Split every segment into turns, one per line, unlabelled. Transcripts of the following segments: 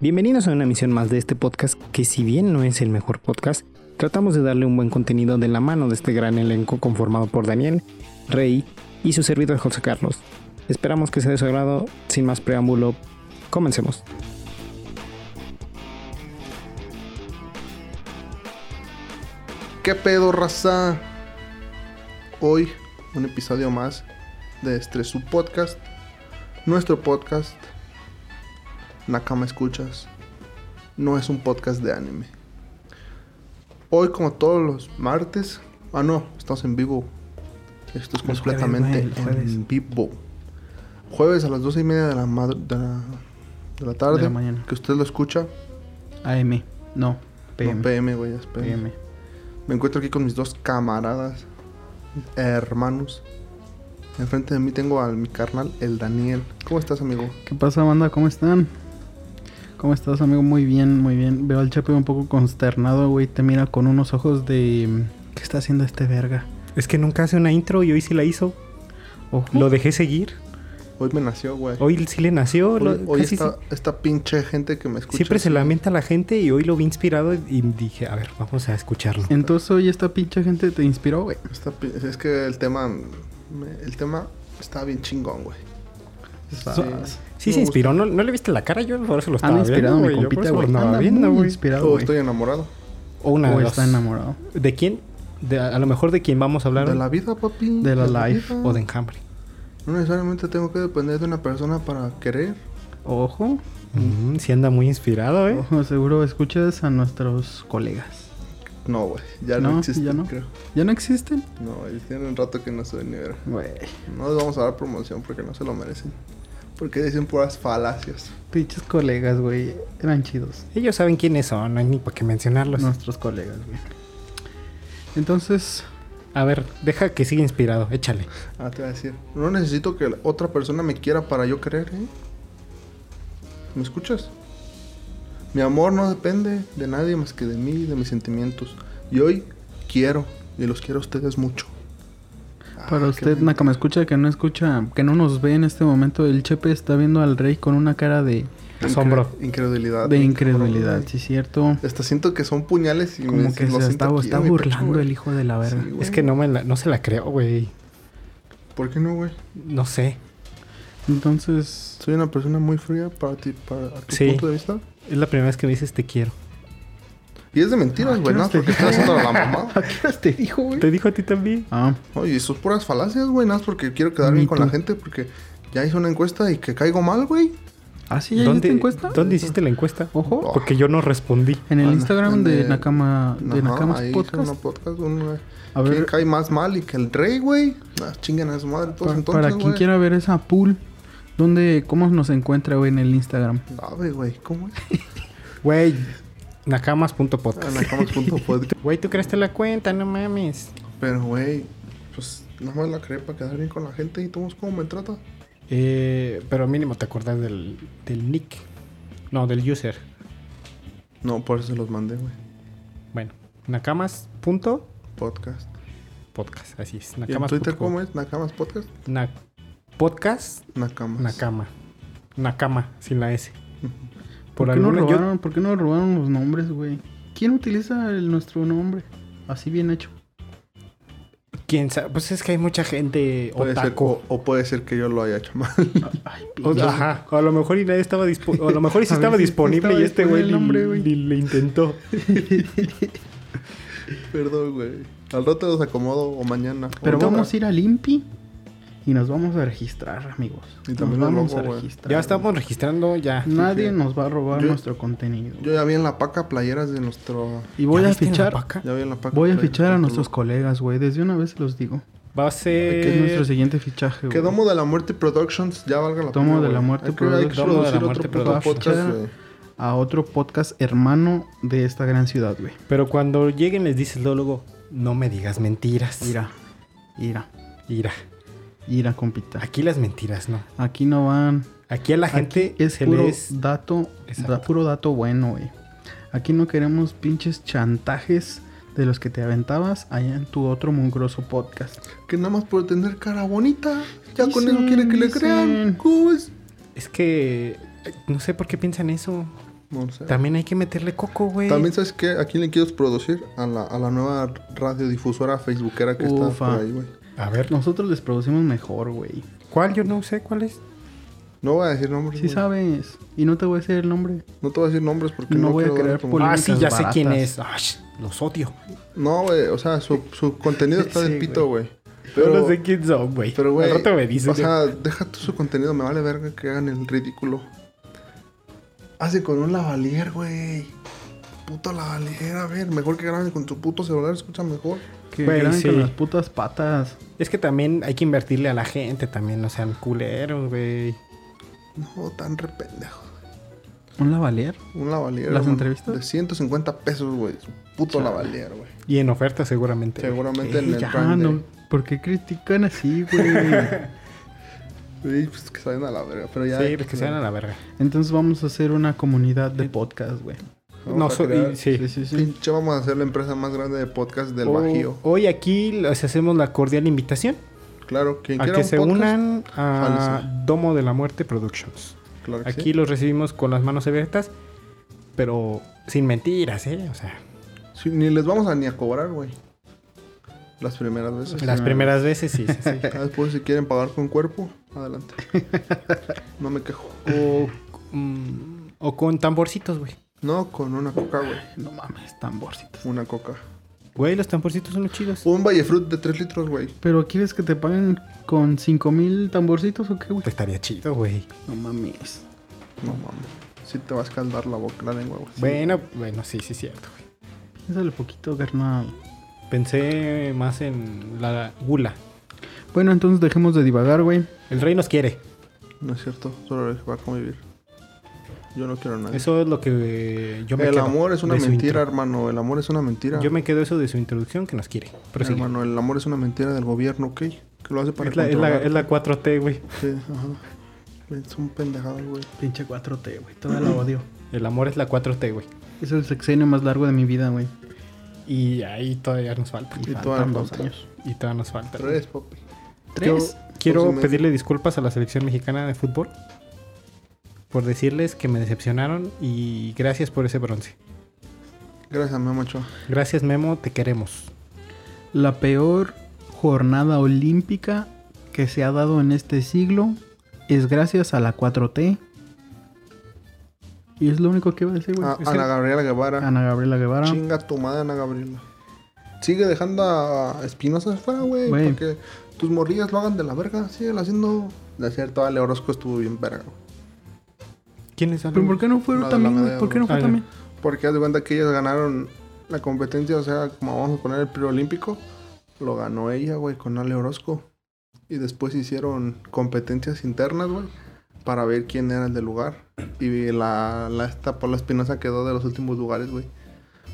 Bienvenidos a una emisión más de este podcast que si bien no es el mejor podcast, tratamos de darle un buen contenido de la mano de este gran elenco conformado por Daniel, Rey y su servidor José Carlos. Esperamos que sea de su agrado, sin más preámbulo, comencemos.
¿Qué pedo, raza? Hoy un episodio más de este su podcast, nuestro podcast, Nakama Escuchas. No es un podcast de anime. Hoy, como todos los martes, ah, no, estamos en vivo. Esto es
El jueves,
completamente
güey, el
en
jueves.
vivo. Jueves a las 12 y media de la, madru- de la, de la tarde,
De la mañana.
que usted lo escucha.
AM. No, PM.
No, PM, güey, es PM.
PM.
Me encuentro aquí con mis dos camaradas, hermanos. Enfrente de mí tengo al mi carnal, el Daniel. ¿Cómo estás, amigo?
¿Qué pasa, banda? ¿Cómo están? ¿Cómo estás, amigo? Muy bien, muy bien. Veo al Chape un poco consternado, güey. Te mira con unos ojos de... mm, ¿Qué está haciendo este verga?
Es que nunca hace una intro y hoy sí la hizo.
Ojo.
Lo dejé seguir.
Hoy me nació, güey.
Hoy sí le nació.
Hoy-
lo-
hoy
casi
esta,
sí-
esta pinche gente que me escucha.
siempre se
así.
lamenta la gente y hoy lo vi inspirado y dije, a ver, vamos a escucharlo.
Entonces hoy esta pinche gente te inspiró, güey.
Esta pi- es que el tema. me- el tema está bien chingón, güey.
Sas.
Sí.
Sí
Me
se
gusta.
inspiró. ¿No, no le viste la cara? Yo por eso lo estaba
Anda Ah, inspirado
viendo,
mi
Yo por
compita,
eso lo
güey. Ah,
andaba
Anda
viendo,
muy
güey.
inspirado,
Oh,
güey.
estoy enamorado.
O una
O
de
está
dos.
enamorado.
¿De quién? De- a lo mejor de quién vamos a hablar.
De la vida, papi.
De la life
vida.
O de enjambre.
No necesariamente tengo que depender de una persona para querer.
Ojo.
Mm, sí anda muy inspirado, ¿eh?
Ojo, seguro escuchas a nuestros colegas.
No, güey. Ya no,
No,
existe,
ya no.
creo.
¿Ya no existen?
No, güey. Tiene un rato que no soy ni ver.
Güey.
No les vamos a dar promoción porque no se lo merecen. Porque dicen puras falacias.
Pinches colegas, güey. Eran chidos.
Ellos saben quiénes son, no hay ni para qué mencionarlos.
Nuestros colegas, güey. Entonces,
A ver, deja que siga inspirado, échale.
Ah, te voy a decir. No necesito que la otra persona me quiera para yo querer, ¿eh? ¿Me escuchas? Mi amor no depende de nadie más que de mí y de mis sentimientos. Y hoy quiero, y los quiero a ustedes mucho. Ah,
para
qué
usted,
bien.
Naka, me escucha, que no escucha, que no nos ve en este momento, el Chepe está viendo al rey con una cara
Incre-
de,
Asombro.
Incredulidad.
de
cabrón,
incredulidad,
güey.
sí, cierto.
Hasta siento que son puñales y
Como
me-
que
lo
se
siento
está,
aquí
está
en mi pecho,
burlando
güey.
el hijo de la verga.
Sí, güey.
Es que no, me la- no se la creo, güey.
¿Por qué no, güey?
No sé.
Entonces,
Soy una persona muy fría para ti, para a tu
Sí.
punto de vista.
Es la primera vez que me dices te quiero.
Y es de
Ah,
mentiras, güey, ¿no? Porque estás haciendo la mamá.
¿a qué horas te dijo, güey?
Te dijo a ti también.
Ah,
Oye, eso es puras falacias, güey, nada más porque quiero quedar bien
Ni
con
tú.
la gente, porque ya hice una encuesta y que caigo mal, güey.
¿ah, sí, ya hiciste encuesta?
¿Dónde hiciste la encuesta?
Ojo.
Oh.
Porque yo no respondí.
En el
Anda,
Instagram
en
de
el-
Nakama, de
Ajá,
Nakamas
ahí hice
Podcast.
una podcast una-
A ver,
¿Quién cae más mal y que el rey, güey? Ah, chingan a su madre todos
pa-
entonces,
para quien
güey.
quiera ver esa pool, ¿dónde, cómo nos encuentra, güey, en el Instagram?
Ave, güey, ¿cómo es? Ah,
Güey, nakamas.podcast.
Ah,
Anacamas.podcast.
Güey, tú creaste la cuenta, no mames.
Pero, güey, pues nada más la creé para quedar bien con la gente y todos cómo me trata.
Eh, pero mínimo te acordás del, del nick. No, del user.
No, por eso se los mandé, güey.
Bueno, nakamas.podcast.
Podcast.
Así es.
¿Y en
Nakamas.
Twitter cómo es? ¿Nakamas Podcast?
Na- podcast
Nakamas.
Nakama. Nakama, sin la S.
¿Por,
Por
qué nos
alguna- yo-
robaron, ¿Por qué nos robaron los nombres, güey? ¿Quién utiliza el- nuestro nombre? Así bien hecho.
¿Quién sabe? Pues es que hay mucha gente
Puede ser,
otaku.
o, o puede ser que yo lo haya hecho mal.
Ay,
O-
pinche-
ajá, o a lo mejor y nadie estaba dispo- o a lo mejor y sí
A ver
estaba
si
disponible
estaba
y este güey
disponible el
ni,
nombre, güey.
ni le intentó.
Perdón, güey. Al rato los acomodo o mañana.
Pero
O mañana.
vamos a ir al IMPI y nos vamos a registrar, amigos.
Y
nos
también lo
vamos
robo,
a
güey.
registrar.
Ya estamos registrando, ya.
güey. Nadie
Sí, sí.
nos va a robar
Yo-
nuestro contenido.
Yo ya vi en la paca playeras de nuestro.
y voy
¿Ya
a
viste la
fichar.
vaca?
Ya vi en la paca.
Voy a
playeras
fichar
de
a
nuestro
nuestros
logo.
colegas, güey. Desde una vez se los digo.
Va a
que es nuestro
ser
siguiente fichaje, güey.
Eh, Quedamos de la Muerte Productions. Ya valga la
Tomo de
güey.
la Muerte
Hay que- hay que
Productions.
Tomo de la
producir
Muerte
otro puto
Productions.
podcast, güey.
A otro podcast hermano de esta gran ciudad, güey.
Pero cuando lleguen les dices luego, luego, no me digas mentiras.
Ira, ira,
Ira.
ira, compita.
Aquí las mentiras, ¿no?
Aquí no van
Aquí a la
Aquí
gente
es
se
puro
les...
dato,
Exacto.
da puro dato bueno, güey. Aquí no queremos pinches chantajes de los que te aventabas allá en tu otro mugroso podcast.
Que nada más por tener cara bonita. Ya con
Dicen,
eso quieren que le Pues,
dicen.
crean. ¿Cómo es?
Es que... eh, No sé por qué piensan eso.
No lo sé.
También hay que meterle coco, güey.
También, ¿sabes qué? ¿A quién le quieres producir? A la, a la nueva radiodifusora facebookera que está
Ufa.
por ahí, güey.
A ver,
Nosotros les producimos mejor, güey.
¿cuál? Yo no sé cuál es.
No voy a decir nombres.
Sí
güey.
sabes. Y no te voy a decir el nombre.
No te voy a decir nombres porque
No
no,
voy a
quiero dar
crear
como-
poli-
Ah, sí, ya sé
baratas.
quién es. Ah, sh- los odio.
No, güey, o sea, su, su contenido está
Sí,
del pito, güey.
Yo
Pero,
no sé quién son, güey.
pero, güey,
Al rato me dicen.
o sea, deja tú su contenido, me vale verga que hagan el ridículo. Hace con un lavalier, güey. Puto lavalier, a ver, mejor que graben con tu puto celular, escucha mejor.
Que
Güey,
graben
sí.
con las putas patas.
es que también hay que invertirle a la gente también, no sean culeros, güey.
No, tan rependejo.
¿Un lavalier?
Un lavalier.
¿Las
güey,
entrevistas?
De 150 pesos, güey. Su Puto lavalier, güey.
Y en oferta seguramente.
Seguramente en
Ey,
el
ya,
Prime
no.
Day.
¿Por qué critican así, güey?
Sí, pues que salen a la verga, pero ya.
Sí, pues que sean a la verga.
Entonces vamos a hacer una comunidad de podcast, güey.
Vamos
No,
a
so-
crear-
y- sí. Oh.
sí, sí. sí.
Pinche, vamos a hacer la empresa más grande de podcast del
O-
Bajío.
Hoy aquí les hacemos la cordial invitación
Claro, quien
a
quiera
que
un
se
podcast,
unan a
Jálese.
Domo de la Muerte Productions.
claro que
Aquí
sí.
los recibimos con las manos abiertas, pero sin mentiras, ¿eh? O sea,
Sí, Ni les vamos a ni a cobrar, güey. Las primeras veces.
las primeras veces sí. sí, sí.
Ya Después, si quieren pagar con cuerpo, adelante. No me quejo.
o, mm, o con tamborcitos, güey.
No, con una coca, güey.
No mames, tamborcitos.
Una coca.
Güey, los tamborcitos son los chidos.
Un Vallefrut de 3 litros, güey.
¿Pero quieres que te paguen con cinco mil tamborcitos o qué, güey?
Uh, Estaría chido, güey.
No mames.
No mames. Si te vas a escaldar la boca, la lengua, güey.
Bueno, bueno, sí, sí, cierto, güey.
Piénsale poquito, carnal.
Pensé más en la gula.
Bueno, entonces dejemos de divagar, güey.
El rey nos quiere.
No es cierto, solo les va a convivir. Yo no quiero nada.
Eso es lo que eh, yo me
El
quedo
amor es una
de su
mentira,
intro.
hermano. El amor es una mentira.
Yo me quedo eso de su introducción que nos quiere. Pero sí,
hermano, el amor es una mentira del gobierno, ¿ok? Que lo hace para
es la, es la-
controlar.
es la 4T, güey.
Sí, ajá. Es un pendejado, güey.
Pinche 4T, güey. Toda la odio.
El amor es la 4T, güey.
Es el sexenio más largo de mi vida, güey.
Y ahí todavía nos falta.
Y
Faltan
todavía
dos
falta.
años.
Y todavía nos falta.
Tres, papi.
Yo
Tres.
quiero
Dos y medio.
pedirle disculpas a la selección mexicana de fútbol por decirles que me decepcionaron y gracias por ese bronce.
Gracias, mi macho.
Gracias, Memo, te queremos.
La peor jornada olímpica que se ha dado en este siglo es gracias a la 4T. Y es lo único que iba a decir, güey.
A-
es que-
Ah, Ana Gabriela Guevara.
Ana Gabriela Guevara.
Chinga tu madre, Ana Gabriela. Sigue dejando a Espinosa fuera, güey.
Güey.
Para que tus morrillas lo hagan de la verga. Sigue haciendo. De cierto, Ale Orozco estuvo bien verga. güey.
¿Quién es Ale?
Pero ¿por qué no fue
La de la
también, güey?
medalla,
¿Por qué no fue
güey. Ah,
también?
Porque haz de cuenta que ellas ganaron la competencia. O sea, como vamos a poner el preolímpico. Lo ganó ella, güey, con Ale Orozco. Y después hicieron competencias internas, güey. Para ver quién era el del lugar. Y la, la esta Paula Espinosa quedó de los últimos lugares, güey.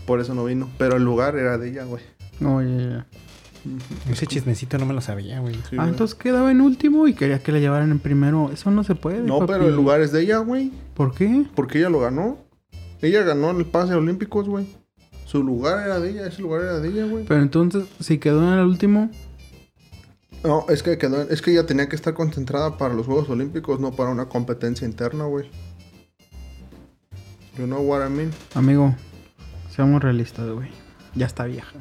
Por eso no vino. Pero el lugar era de ella, güey.
No, ya, ya, ya.
Ese chismecito no me lo sabía, güey.
Sí,
Ah,
güey.
entonces quedaba en último y quería que la llevaran en primero. Eso no se puede.
No,
papi.
pero el lugar es de ella, güey.
¿Por qué?
Porque ella lo ganó. Ella ganó el pase a Olímpicos, güey. Su lugar era de ella, ese lugar era de ella, güey.
Pero entonces, si quedó en el último,
No, es que quedó, es que ella tenía que estar concentrada para los Juegos Olímpicos, no para una competencia interna, güey. You know what I mean.
amigo, seamos realistas, güey. Ya está vieja.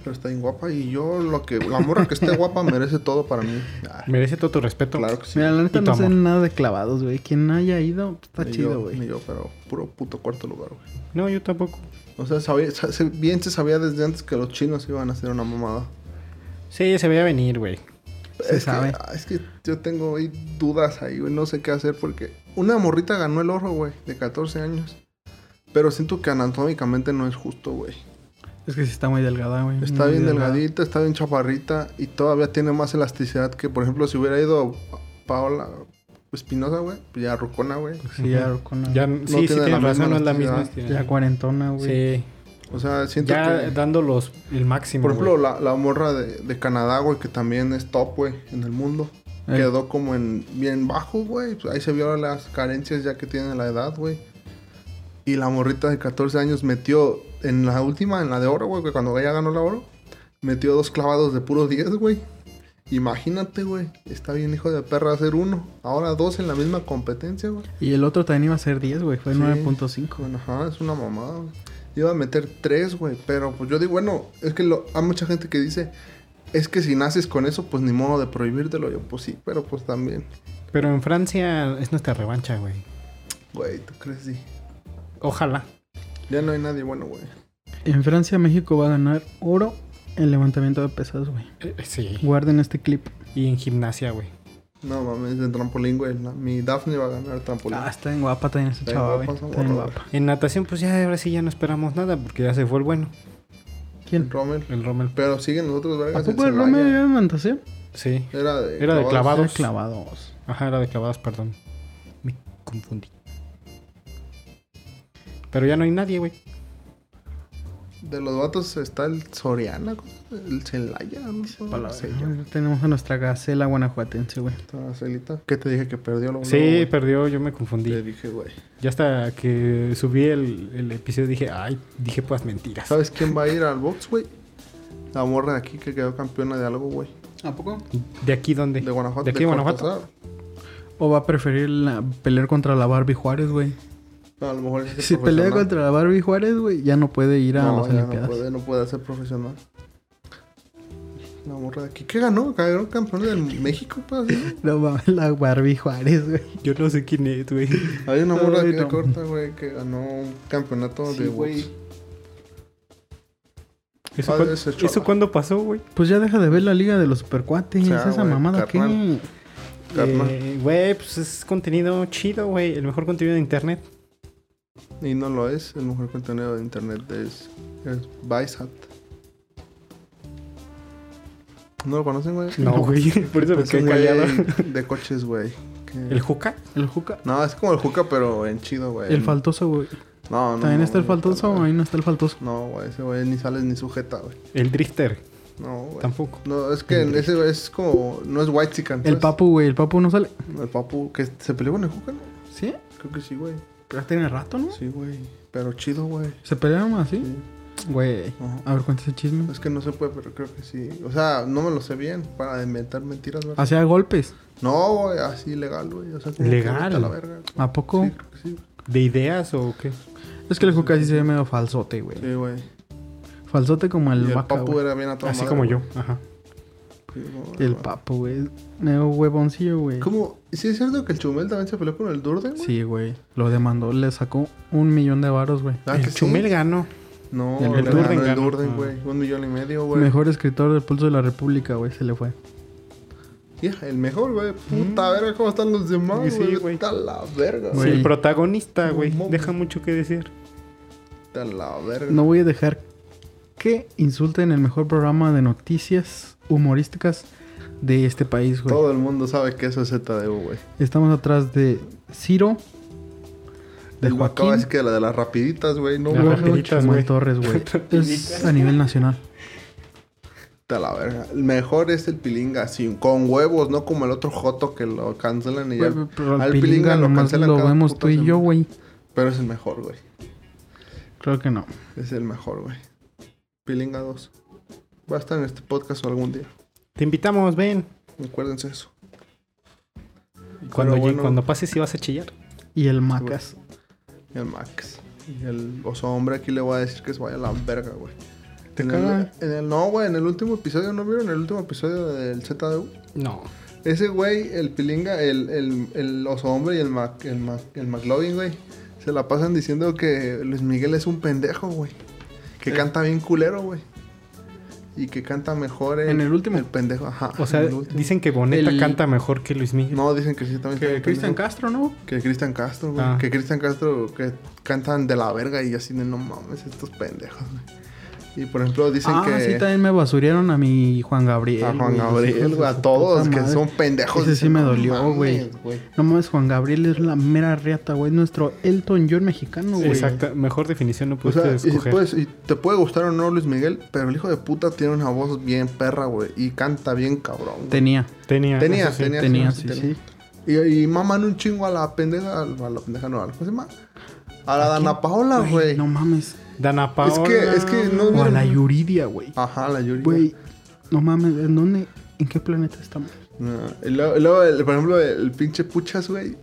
Pero está bien guapa y yo lo que la morra que esté guapa merece todo para mí. Ah,
Merece todo tu respeto.
claro que sí.
Mira, la neta
Y tu
no sé
amor.
nada de clavados, güey. Quien haya ido, pues, está
Ni
chido,
yo,
güey.
ni yo, pero puro puto cuarto lugar, güey.
No, yo tampoco.
O sea, sabía- sa- se- bien se sabía desde antes que los chinos iban a hacer una mamada.
Sí, se veía venir, güey.
Se
es
sabe.
Que, ah, es que yo tengo ahí dudas ahí, güey. No sé qué hacer porque una morrita ganó el oro, güey, de 14 años. Pero siento que anatómicamente no es justo, güey.
Es que sí está muy delgada, güey.
Está
muy
bien
delgada.
delgadita, está bien chaparrita y todavía tiene más elasticidad que, por ejemplo, si hubiera ido Paola Espinosa, güey, pues ya Rucona, güey.
Sí, ya con la-
Ya,
ya,
sí, sí,
tiene la
tienes razón,
misma
no es la
elasticidad.
misma. estirada.
cuarentona, güey.
Sí,
O sea, siento
ya
que.
dando los, el máximo.
por ejemplo,
güey.
la, la morra de, de Canadá, güey, que también es top, güey, en el mundo.
Eh.
Quedó como en bien bajo, güey. Pues, Ahí se vieron las carencias ya que tiene la edad, güey. Y la morrita de 14 años metió en la última, en la de oro, güey, que cuando ella ganó la oro, metió dos clavados de puro 10, güey. Imagínate, güey. Está bien, hijo de perra, hacer uno. Ahora dos en la misma competencia, güey.
Y el otro también iba a ser 10, güey. Fue
Sí.
9.5.
Bueno, ajá, es una mamada, güey. Iba a meter tres, güey. Pero pues yo digo, bueno, es que lo, hay mucha gente que dice, es que si naces con eso, pues ni modo de prohibírtelo. Yo, pues sí, pero pues también.
Pero en Francia es nuestra revancha, güey.
Güey, ¿tú crees? Sí.
Ojalá.
Ya no hay nadie bueno, güey.
En Francia, México va a ganar oro en levantamiento de pesados, güey.
Eh, sí.
Guarden este clip.
Y en gimnasia, güey.
No mames, en trampolín, güey. la- mi Daphne va a ganar trampolín.
Ah, está en guapa también esa
Está
chava,
bien
güey.
guapa esa
Está bien
morra,
guapa.
En natación, pues ya ahora sí ya no esperamos nada porque ya se fue el bueno,
¿Quién?
Rommel.
el Rommel.
Pero siguen los otros vergas.
¿A
el
poco el
Celaya.
Romeo era en natación?
Sí.
Era de
Era de
clavados.
Clavados.
Era clavados.
Ajá, era de clavadas, perdón. Me confundí. Pero ya no hay nadie, güey.
De los vatos está el Soriana, el Celaya, no sé.
Ahora Tenemos a nuestra gacela guanajuatense, güey.
Esta celita. ¿Qué te dije que perdió lo
Sí,
luego, güey?
perdió, yo me
Te
confundí.
dije, güey.
Ya hasta que subí el, el episodio dije, ay, dije pues mentiras.
¿Sabes quién va a ir al box, güey? La morra de aquí que quedó campeona de algo, güey.
¿A poco?
¿De aquí dónde?
De Guanajuato.
¿De aquí de Guanajuato?
Cortázar.
¿O va a preferir la- pelear contra la Barbie Juárez, güey?
No, a lo mejor es
Si pelea contra la Barbie Juárez, güey, ya no puede ir a
pues, no,
las
ya no
Olimpiadas.
puede, no puede ser profesional. La morra de aquí. ¿Qué ganó? ¿Ganó campeón de México? Pues, así,
No mames, la Barbie Juárez, güey.
Yo no sé quién es, güey.
¿no? Hay una morra de aquí
Ay,
de
no.
corta, güey, que ganó un campeonato Oh, de box.
¿Eso,
Padre
cuán-
ese chaval.
¿eso cuándo pasó, güey?
Pues ya deja de ver la Liga de los Supercuates.
O sea,
esa
güey,
mamada
carnal.
que.
Carnal.
Eh, Güey, pues es contenido chido, güey. El mejor contenido de internet.
Y no lo es, el mejor contenido de internet es, es Vice Hat. ¿No lo conocen, güey? Pues
No, güey. Por eso me
Es un
quedé
güey
callado.
de coches, güey. que-
¿El Juca?
El Juca.
No, es como el Juca, pero en chido, güey.
El faltoso, güey.
Em, No, no.
También
no,
está el
no,
faltoso
no,
o ahí no está el faltoso.
No, güey, ese güey ni sales ni sujeta, güey.
¿El Drifter?
Pues. No, güey.
Tampoco.
No, es que ese güey es como. No es white chican.
El
papu.
papu, güey. El papu no sale.
El papu. Que se peleó con el Juca, ¿no?
¿Sí?
Creo que sí, güey.
Pero tiene rato, ¿no?
Sí, güey. Pero chido, güey.
¿Se pelearon así?
Sí.
Güey.
Ajá.
A ver, cuéntese el chisme.
Es que no se puede, pero creo que sí. O sea, no me lo sé bien para inventar mentiras, ¿verdad?
Hacía golpes.
No, güey, así legal, güey. O sea, como
Legal.
que vete a la verga.
¿A poco?
Sí, creo que sí.
¿De ideas o qué?
Es que el Juca sí se ve medio falsote, güey.
Sí, güey.
Falsote como
Y
el
el
vaca,
papu
güey.
era bien a toda
Así
madre,
como
güey.
yo. Ajá.
Sí, no,
El
no.
papu, güey. Medio huevoncillo, güey.
¿Cómo? ¿Sí es cierto que el Chumel también se peleó con el Durden? güey?
Sí, güey. Lo demandó. Le sacó un millón de varos, güey.
¿Ah, que
el
sí?
Chumel ganó.
No,
El
el,
Durden
Durden, el
ganó.
Durden,
Ah.
güey. Un millón y medio, güey.
Mejor escritor del Pulso de la República, güey. Se le fue.
Ya, el mejor, güey. Puta verga, ¿cómo están los demás,
Mm. Sí,
güey?
güey.
Está la verga,
Sí.
Sí,
güey.
el protagonista,
No
güey.
mames.
Deja mucho que decir.
Está la verga.
No voy a dejar que insulten el mejor programa de noticias humorísticas de este país, güey.
Todo el mundo sabe que eso es ZDU, güey.
Estamos atrás de Ciro, de
El guacaba es
Joaquín,
que la de las rapiditas, güey. No,
Las
güey.
rapiditas.
Eduardo Chumel
güey.
Torres, güey. es a nivel nacional.
Está la verga. El mejor es el pilinga, sin, con huevos, no como el otro Joto que lo cancelan y ya.
Güey, pero al
al
Pilinga
pilinga lo
nomás
cancelan
lo
cada
vemos
puta
tú y yo,
semana.
güey.
Pero es el mejor, güey.
Creo que no.
Es el mejor, güey. Pilinga 2. Va a estar en este podcast algún día.
Te invitamos, ven.
Acuérdense eso.
Cuando,
Pero
llegue-
bueno.
cuando pases sí vas a chillar.
Y el Macas.
Y el Max. Y el oso hombre aquí le voy a decir que se vaya a la verga, güey.
¿Te
En el,
caga?
en el- no, güey, en el último episodio, ¿no vieron el último episodio del ZDU?
No.
Ese güey, el pilinga, el, el, el oso hombre y el, Mac, el, Mac- el McLovin, güey, se la pasan diciendo que Luis Miguel es un pendejo, güey. Que canta bien culero, güey. Y que canta mejor
En el último.
El pendejo, ajá.
O sea,
en el último.
dicen que Boneta
El-
canta mejor que Luis Miguel.
No, dicen que sí también. está bien
Que Cristian
pendejo.
Castro, ¿no?
Que Cristian Castro, güey.
Ah.
Que Cristian Castro, que cantan de la verga y yo así de no mames, estos pendejos, güey. Y por ejemplo, dicen
ah,
que.
sí, también me basuriaron a mi Juan Gabriel.
a Juan
güey, hijos
Gabriel,
de
güey,
su
a todos,
puta
que
madre.
son pendejos.
Ese sí
Dicen,
me
"No
dolió, güey.
mames, güey.
No mames, Juan Gabriel es la mera riata, güey. Nuestro Elton John mexicano, güey.
Exacto. Mejor definición no
O
pudiste
sea, y,
escoger.
pues, y te puede gustar o no Luis Miguel, pero el hijo de puta tiene una voz bien perra, güey. Y canta bien cabrón. güey.
Tenía.
tenía.
tenía,
eso sí.
tenía,
Tenía,
sí,
sí,
tenía.
sí.
Y, y maman un chingo a la pendeja, a la pendeja no, a la, ¿cómo se llama? A la Dana Paola, güey.
No mames.
Dana Paola.
Es que- es que no- Ah,
O a la Yuridia, güey.
Ajá, la Yuri.
Güey, no mames. ¿En dónde? ¿en qué planeta estamos?
No, y luego, y luego, el- por ejemplo, el pinche Puchas, güey,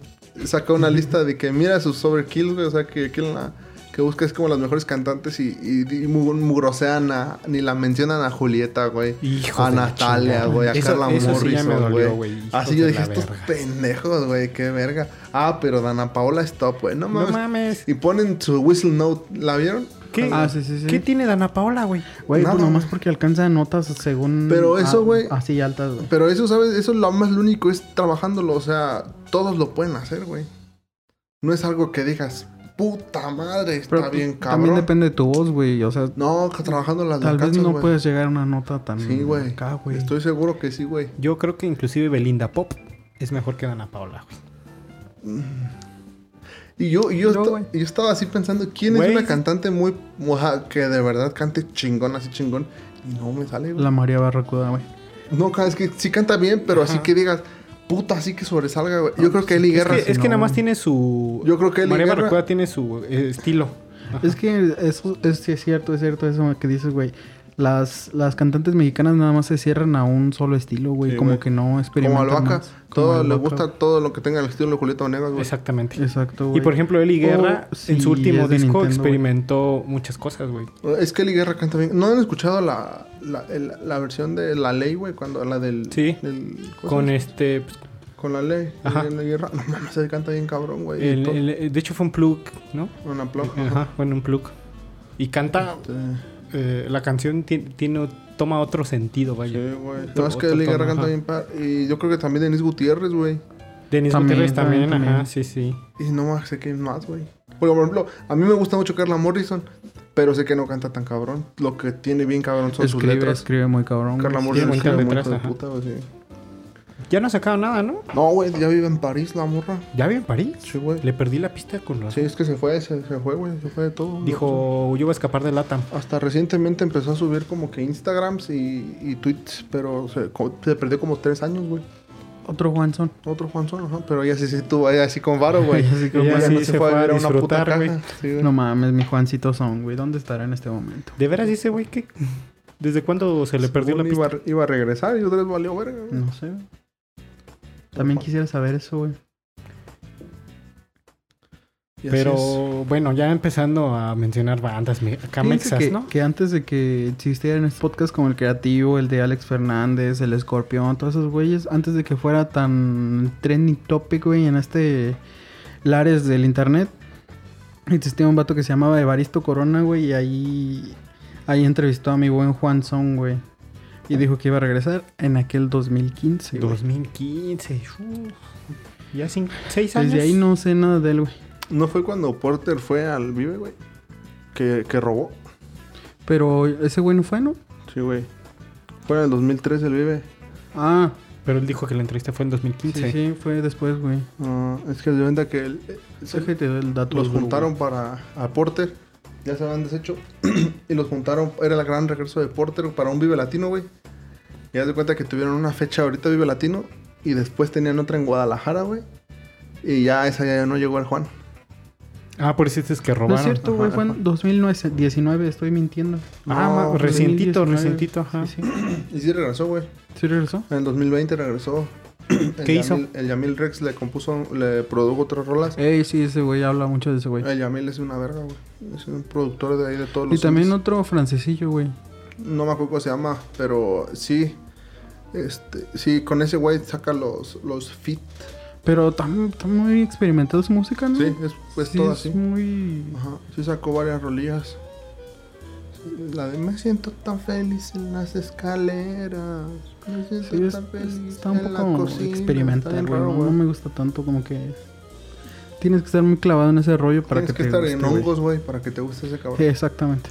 saca una lista de que mira sus overkills, güey. O sea, que, que, la- que busca es como las mejores cantantes y, y, y mu- mugrosean a- ni la mencionan a Julieta, güey.
Hijos
A
de la
Natalia,
chingada.
güey, a
Eso-
Carla
eso sí ya me
Morrison,
dolió,
güey.
güey, hijos
Así yo
de
dije,
la
estos
verga".
pendejos, güey, qué verga. Ah, pero Dana Paola Stop, güey, no
No
mames.
mames.
Y ponen su whistle note, ¿la vieron?
¿Qué,
Ah, sí, sí, sí.
¿Qué tiene Dana Paola, güey?
Güey,
Nada,
pues nomás
güey.
porque alcanza notas según...
Pero eso,
ah,
güey-
Así altas, güey.
Pero eso, ¿sabes? Eso es lo más lo único, es trabajándolo. O sea, todos lo pueden hacer, güey. No es algo que digas, puta madre, está
Pero,
bien
pues, También
cabrón.
depende de tu voz, güey. O sea,
No, que trabajando las
tal vez
lacazas,
no
güey.
puedes llegar a una nota tan...
Sí, güey.
acá, güey.
Estoy seguro que sí, güey.
Yo creo que inclusive Belinda Pop es mejor que Dana Paola, güey.
Y yo, y yo,
No,
esta-
güey.
yo estaba así pensando, ¿quién
Güey.
es una cantante muy... moja que de verdad cante chingón, así chingón? Y no me sale, güey.
La María Barracuda, güey.
No, es que sí canta bien, pero así que digas, puta, así que sobresalga, güey.
Ah,
Yo creo que Eli Guerra...
Es que, es que
no.
nada más tiene su.
Yo creo que Eli
María
Guerra-
Barracuda tiene su eh, estilo. Ajá.
Es que eso es, sí es cierto, es cierto eso que dices, güey. Las, las cantantes mexicanas nada más se cierran a un solo estilo, güey.
Sí,
como
güey.
que no
Como
experimentan
albahaca,
más. Como
todo le
Albahaca.
gusta todo lo que tenga el estilo de Julieta Venegas, güey.
Exactamente.
Exacto, güey.
Y por ejemplo, Eli Guerra
O
en
si
su último
es de
disco
Nintendo,
experimentó muchas cosas, güey.
Es que Eli Guerra canta bien. ¿No han escuchado la, la, el- la versión de La Ley, güey? Cuando la del...
Sí.
del- ¿cómo
Con
se llama?
este. pues,
Con la ley.
Ajá.
Eli Guerra. No mames, se canta bien cabrón, güey.
el-
Y to-
el- de hecho, fue un plug, ¿no?
Una ploja.
Ajá, bueno, un plug. Y canta. eh, la canción ti- tiene, toma otro sentido, vaya.
Sí, güey.
Otro-
No, es que
otro
Eli Guerra
tono,
canta
ajá.
bien par. Y yo creo que también Denis Gutiérrez, güey.
Denis
También,
Gutiérrez también,
también,
ajá,
también.
sí, sí.
Y no más sé quién más, güey. Porque, por ejemplo, a mí me gusta mucho Carla Morrison. Pero sé que no canta tan cabrón. Lo que tiene bien cabrón son sus
Escribe,
letras.
escribe muy cabrón. güey.
Carla
Sí,
Morrison
bonitas
escribe
letras,
mucho de
ajá.
puta, güey. sí.
Ya no ha sacado nada, ¿no?
No, güey, ya vive en París la morra.
Ya vi en París.
Sí, güey.
Le perdí la pista con razón.
Sí, es que se fue, se, se fue, güey. Se fue de todo.
Dijo, yo voy a escapar de Latam.
Hasta recientemente empezó a subir como que Instagrams y, y tweets, pero se, co- se perdió como tres años, güey.
Otro Juanson.
Otro Juanzón, ajá. Pero ella sí se tuvo ahí así con varo, güey.
Ella sí con
Ella
varo.
no
sí se fue a
vivir
disfrutar, güey.
Sí, güey.
No mames, mi Juancito Son, güey. ¿Dónde estará en este momento?
De veras dice, güey, que desde cuándo se le perdió la
Según iba,
pista. Mm.
a- iba a regresar y otra vez valió verga. güey.
No sé, güey. También quisiera saber eso, güey.
Y así es.
Pero bueno, ya empezando a mencionar bandas me- acá
Fíjense
mexas,
que,
¿no?
que antes de que existieran estos podcasts como el Creativo, el de Alex Fernández, el Escorpión, todos esos güeyes, antes de que fuera tan trending topic, güey, en este lares del internet, existía un vato que se llamaba Evaristo Corona, güey, y ahí, ahí entrevistó a mi buen Juan Son, güey. Y dijo que iba a regresar en aquel 2015, güey.
2015. uf, ya cinco, seis años.
Desde ahí no sé nada de él, güey.
¿No fue cuando Porter fue al Vive, güey? Que, que robó.
Pero ese güey no fue, ¿no?
Sí, güey. Fue en el 2003 el Vive.
Ah,
Pero él dijo que la entrevista fue en
sí,
2015.
sí, fue después, güey.
Ah, es que se cuenta que eh, el,
Déjate el dato.
los
duro,
juntaron para a Porter, ya se habían deshecho, y los juntaron, era el gran regreso de Porter para un Vive Latino, güey. Y haz de cuenta que tuvieron una fecha ahorita Vive Latino, y después tenían otra en Guadalajara, güey. Y ya esa ya no llegó el Juan.
Ah, por eso es que
No
robaron.
es cierto, güey,
ajá,
fue
ajá.
en 2019, estoy mintiendo.
Ah,
No,
ma-
pues,
recientito,
2019.
recientito, ajá.
Sí, sí.
Y sí regresó, güey.
¿Sí regresó?
En el 2020 regresó. El
¿Qué hizo?
Yamil- el Yamil Rex le compuso, le produjo tres rolas.
Ey, sí, ese güey habla mucho de ese güey.
El Yamil es una verga, güey. Es un productor de ahí de todos los...
Y también
indies.
otro francesillo, güey.
No me acuerdo cómo se llama, pero sí. Este, sí, con ese güey saca los, los fit.
Pero está está muy experimentado su música, ¿no?
Sí, es pues
Sí,
todo
es
así.
muy...
Ajá. Sí sacó varias rolillas. La de me siento tan feliz en las escaleras. Me siento
Sí, es-
tan
es-
feliz
está un
en la
poco
cocina", está
experimental,
bien
güey.
raro,
No,
güey.
no me gusta tanto como que... Tienes que estar muy clavado en ese rollo para
Tienes que,
que, te
estar
guste,
en
güey.
hongos, güey, para que te guste ese cabrón.
Sí, exactamente.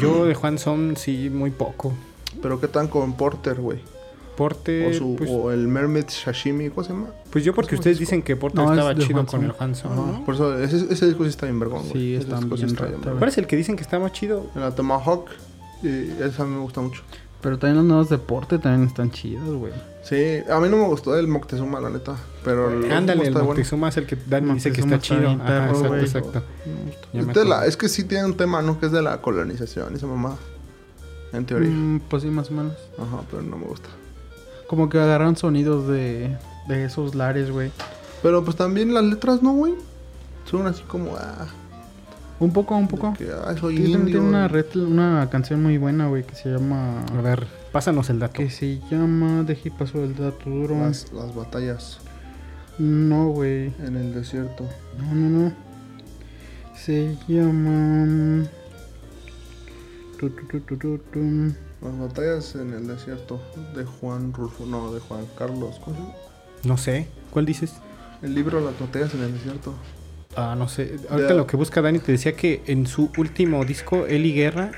Yo de Juan Son sí muy poco.
Pero qué tan con Porter, güey.
Porte,
O, su-
pues,
o el Mermaid Sashimi, ¿cómo se llama?
pues yo porque
es un
ustedes
disco.
dicen que Porte
No, es
estaba
de
chido
Juan
con
Son. Ah,
el Juan Son,
Ajá.
¿no?
Por eso, ese, ese disco sí está bien vergón, güey.
Sí,
Ese
está
disco sí
bien
bien
rata,
vergón.
¿Cuál es el que dicen que está más chido?
La Tomahawk, eh, esa a mí me gusta mucho.
Pero también los nuevos deportes también están chidos, güey.
Sí, a mí no me gustó el Moctezuma, la neta. Pero el
Ándale, el
último está
Moctezuma es el que Dani dice que
Moctezuma
está
está
chido.
bien
Ajá,
perro,
exacto,
güey.
exacto. Ya
bueno.
me
Es de la-
acuerdo.
es que sí tiene un tema, ¿no? Que es de la colonización, esa mamá. En teoría.
Mm.
Mm, pues sí, más o menos.
Ajá, pero no me gusta.
Como que agarraron sonidos de, de esos lares, güey.
Pero pues también las letras, ¿no, güey? Son así como, ah,
Un poco, un
de
poco.
que, ah, soy
Tiene, tiene
indio.
una, ret- una canción muy buena, güey, que se llama...
A ver, pásanos el dato.
Que se llama... Deje y paso el dato duro.
Las, las batallas
No, güey.
en el desierto.
No, no, no. Se llama... tu, tu, tu, tu, tu, tu.
Las batallas en el desierto de Juan Rulfo, no, de Juan Carlos. ¿cómo se llama?
No sé. ¿Cuál dices?
El libro Las batallas en el desierto.
Ah, no sé. Ahorita
Ya.
lo que busca Dani te decía que en su último disco, Eli Guerra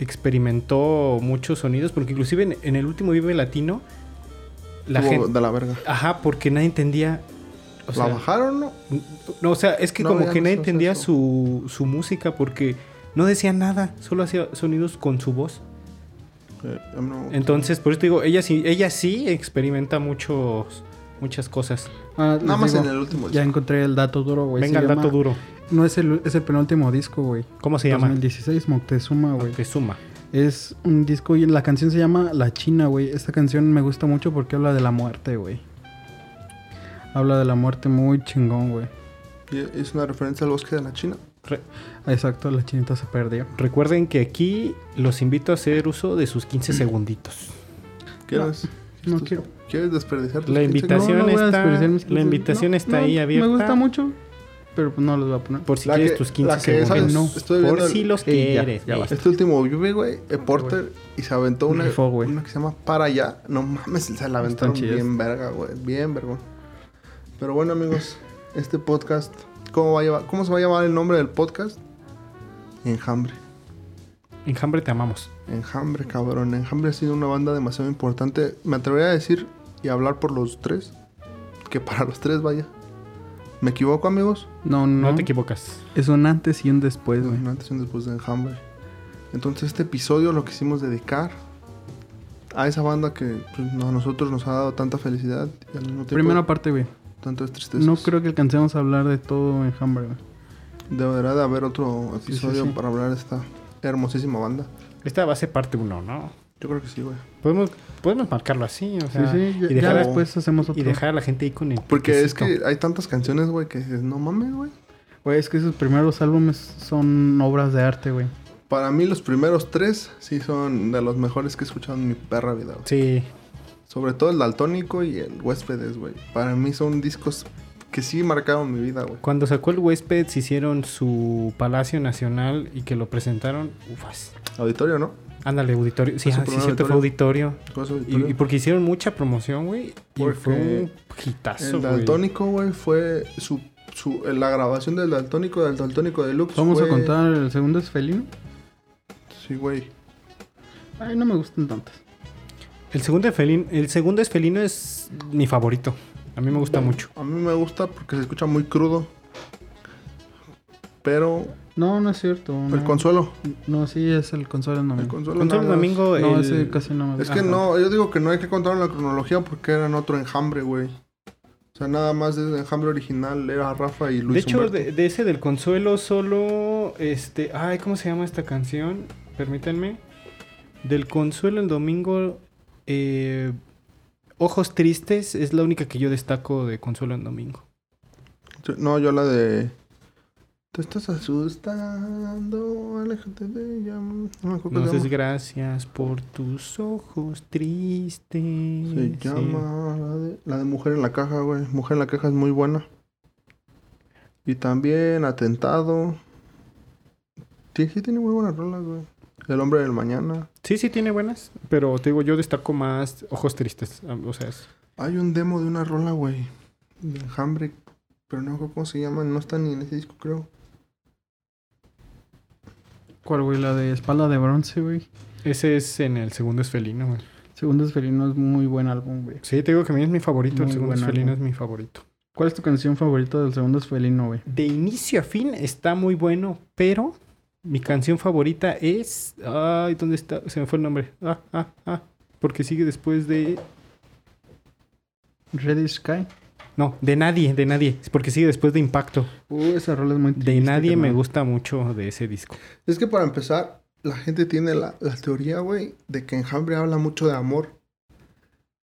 experimentó muchos sonidos, porque inclusive en, en el último Vive Latino, la
Estuvo
gente...
de la verga.
Ajá, porque nadie entendía... o
¿La
sea,
bajaron no?
No, o sea, es que
No,
como
ya
que
no
nadie
se hace
entendía
eso.
su, su música porque no decía nada, solo hacía sonidos con su voz.
Eh, a mí no me gusta.
Entonces, por eso te digo, ella sí, ella sí experimenta muchos, muchas cosas.
Ah, les
Nada más
digo,
en el último
Ya
disco.
encontré el dato duro, güey.
Venga,
Pues Se
el
llama-
dato duro.
No es el, es el penúltimo disco, güey.
¿Cómo se llama?
2016, Moctezuma, güey.
Que suma.
Es un disco y la canción se llama La China, güey. Esta canción me gusta mucho porque habla de la muerte, güey. Habla de la muerte muy chingón, güey.
Y Es una referencia al bosque de la China.
Re-
Exacto, la chinita se perdió.
recuerden que aquí los invito a hacer uso de sus
Mm.
15 segunditos.
¿Quieres?
No
estos-
quiero.
¿Quieres desperdiciar tus
La
15
invitación-
segundos?
voy a
está-
desperdiciar mis
la
15.
invitación está ahí abierta.
Me gusta mucho, pero pues no los voy a poner.
Por si
La
quieres
que-
tus
la
15
que,
segundos.
¿sabes?
No.
Estoy
Por
viendo
si
el-
los
Ey, ya,
quieres.
ya
güey.
basta.
Este último vive, güey, eh, Porter y se aventó una,
Rifó, güey.
una que se llama Para allá. No mames, se la aventaron
chidas.
bien verga, güey. Bien vergón. Pero bueno, amigos, este podcast, ¿cómo, va a llevar- ¿cómo se va a llamar el nombre del podcast? Enjambre.
Enjambre Este, te amamos.
Enjambre, cabrón. Enjambre ha sido una banda demasiado importante. Me atrevería a decir y hablar por los tres. Que para los tres, vaya. ¿Me equivoco, amigos?
No, no,
No te equivocas.
Es un antes y un después, güey.
Un antes y un después de Enjambre. Entonces este episodio lo quisimos dedicar a esa banda que pues, no- a nosotros nos ha dado tanta felicidad y al mismo tiempo
Primera parte, güey.
tantas tristezas.
No creo que alcancemos a hablar de todo en Hambre, güey.
Deberá de haber otro
Sí, sí,
episodio
sí.
para hablar de esta hermosísima banda.
Esta va a ser parte 1, ¿no?
Yo creo que sí, güey.
Podemos, podemos marcarlo así, o
Sí,
sea,
sí, ya,
y
ya
dejar a-
después hacemos otro.
Y dejar a la gente ahí con el.
Porque es
piquecito.
que hay tantas canciones, güey, que dices, no mames, güey.
Güey, es que sus primeros álbumes son obras de arte, güey.
Para mí los primeros tres sí son de los mejores que he escuchado en mi perra vida, güey.
Sí.
Sobre todo el Daltónico y el Huéspedes, güey. Para mí son discos que sí marcaron mi vida, güey.
Cuando sacó el huésped, se hicieron su Palacio Nacional y que lo presentaron. Ufas.
Auditorio, ¿no?
Ándale, auditorio. Sí,
Fue su
ah, sí,
primer
cierto, fue auditorio.
Fue su
Y,
auditorio.
y porque hicieron mucha promoción, güey. Y
Porque
fue un
El
hitazo, güey.
Daltónico, güey, fue su, su- la grabación del Daltónico, del Daltónico Deluxe.
Vamos
Pues fue-
a contar el segundo es felino.
Sí, güey.
Ay, no me gustan tantas.
El segundo, de felino, el segundo es felino es mi favorito. A mí me gusta mucho.
A mí me gusta porque se escucha muy crudo. Pero
No, no es cierto.
el
no.
consuelo.
No, sí, es el consuelo no.
El consuelo.
Contra el
nada más.
domingo.
No,
el-
ese casi no me
Es que
gusta.
no, yo digo que no hay que contar la cronología porque eran otro enjambre, güey. O sea, nada más desde el enjambre original era Rafa y Luis.
de hecho,
Humberto.
de, de ese del Consuelo, solo. Este. Ay, ¿cómo se llama esta canción? Permítanme. Del Consuelo el domingo. eh, Ojos Tristes es la única que yo destaco de Consuelo en domingo.
No, yo la de. Te estás asustando, aléjate de ella. No me acuerdo cómo se
Entonces,
llama.
gracias por tus ojos tristes.
Se llama la de, la de Mujer en la Caja, güey. Mujer en la Caja es muy buena. Y también Atentado. Sí, sí tiene muy buenas rolas, güey. El Hombre del Mañana.
Sí, sí, tiene buenas. Pero te digo, yo destaco más Ojos Tristes. ah, O sea, es-
Hay un demo de una rola, güey. De Enjambre. Pero no sé cómo se llama. No está ni en ese disco, creo.
¿Cuál, güey? La de Espalda de Bronce, güey.
ese es en el segundo es felino, güey.
Segundo es felino es muy buen álbum, güey.
Sí, te digo que a mí es mi favorito. el
Muy
segundo
buen
es felino es
álbum.
mi favorito.
¿Cuál es tu canción favorita del segundo es felino, güey?
De inicio a fin está muy bueno, pero mi canción favorita es. Ay, ¿dónde está? Se me fue el nombre. Ah, ah, ah. Porque sigue después de.
Red Sky.
No, de nadie, de nadie. Es porque sigue después de Impacto.
Uh, esa rola es muy triste,
este
De nadie me
carnal.
gusta mucho de ese disco.
Es que para empezar, la gente tiene la, la teoría, güey, de que Enjambre habla mucho de amor.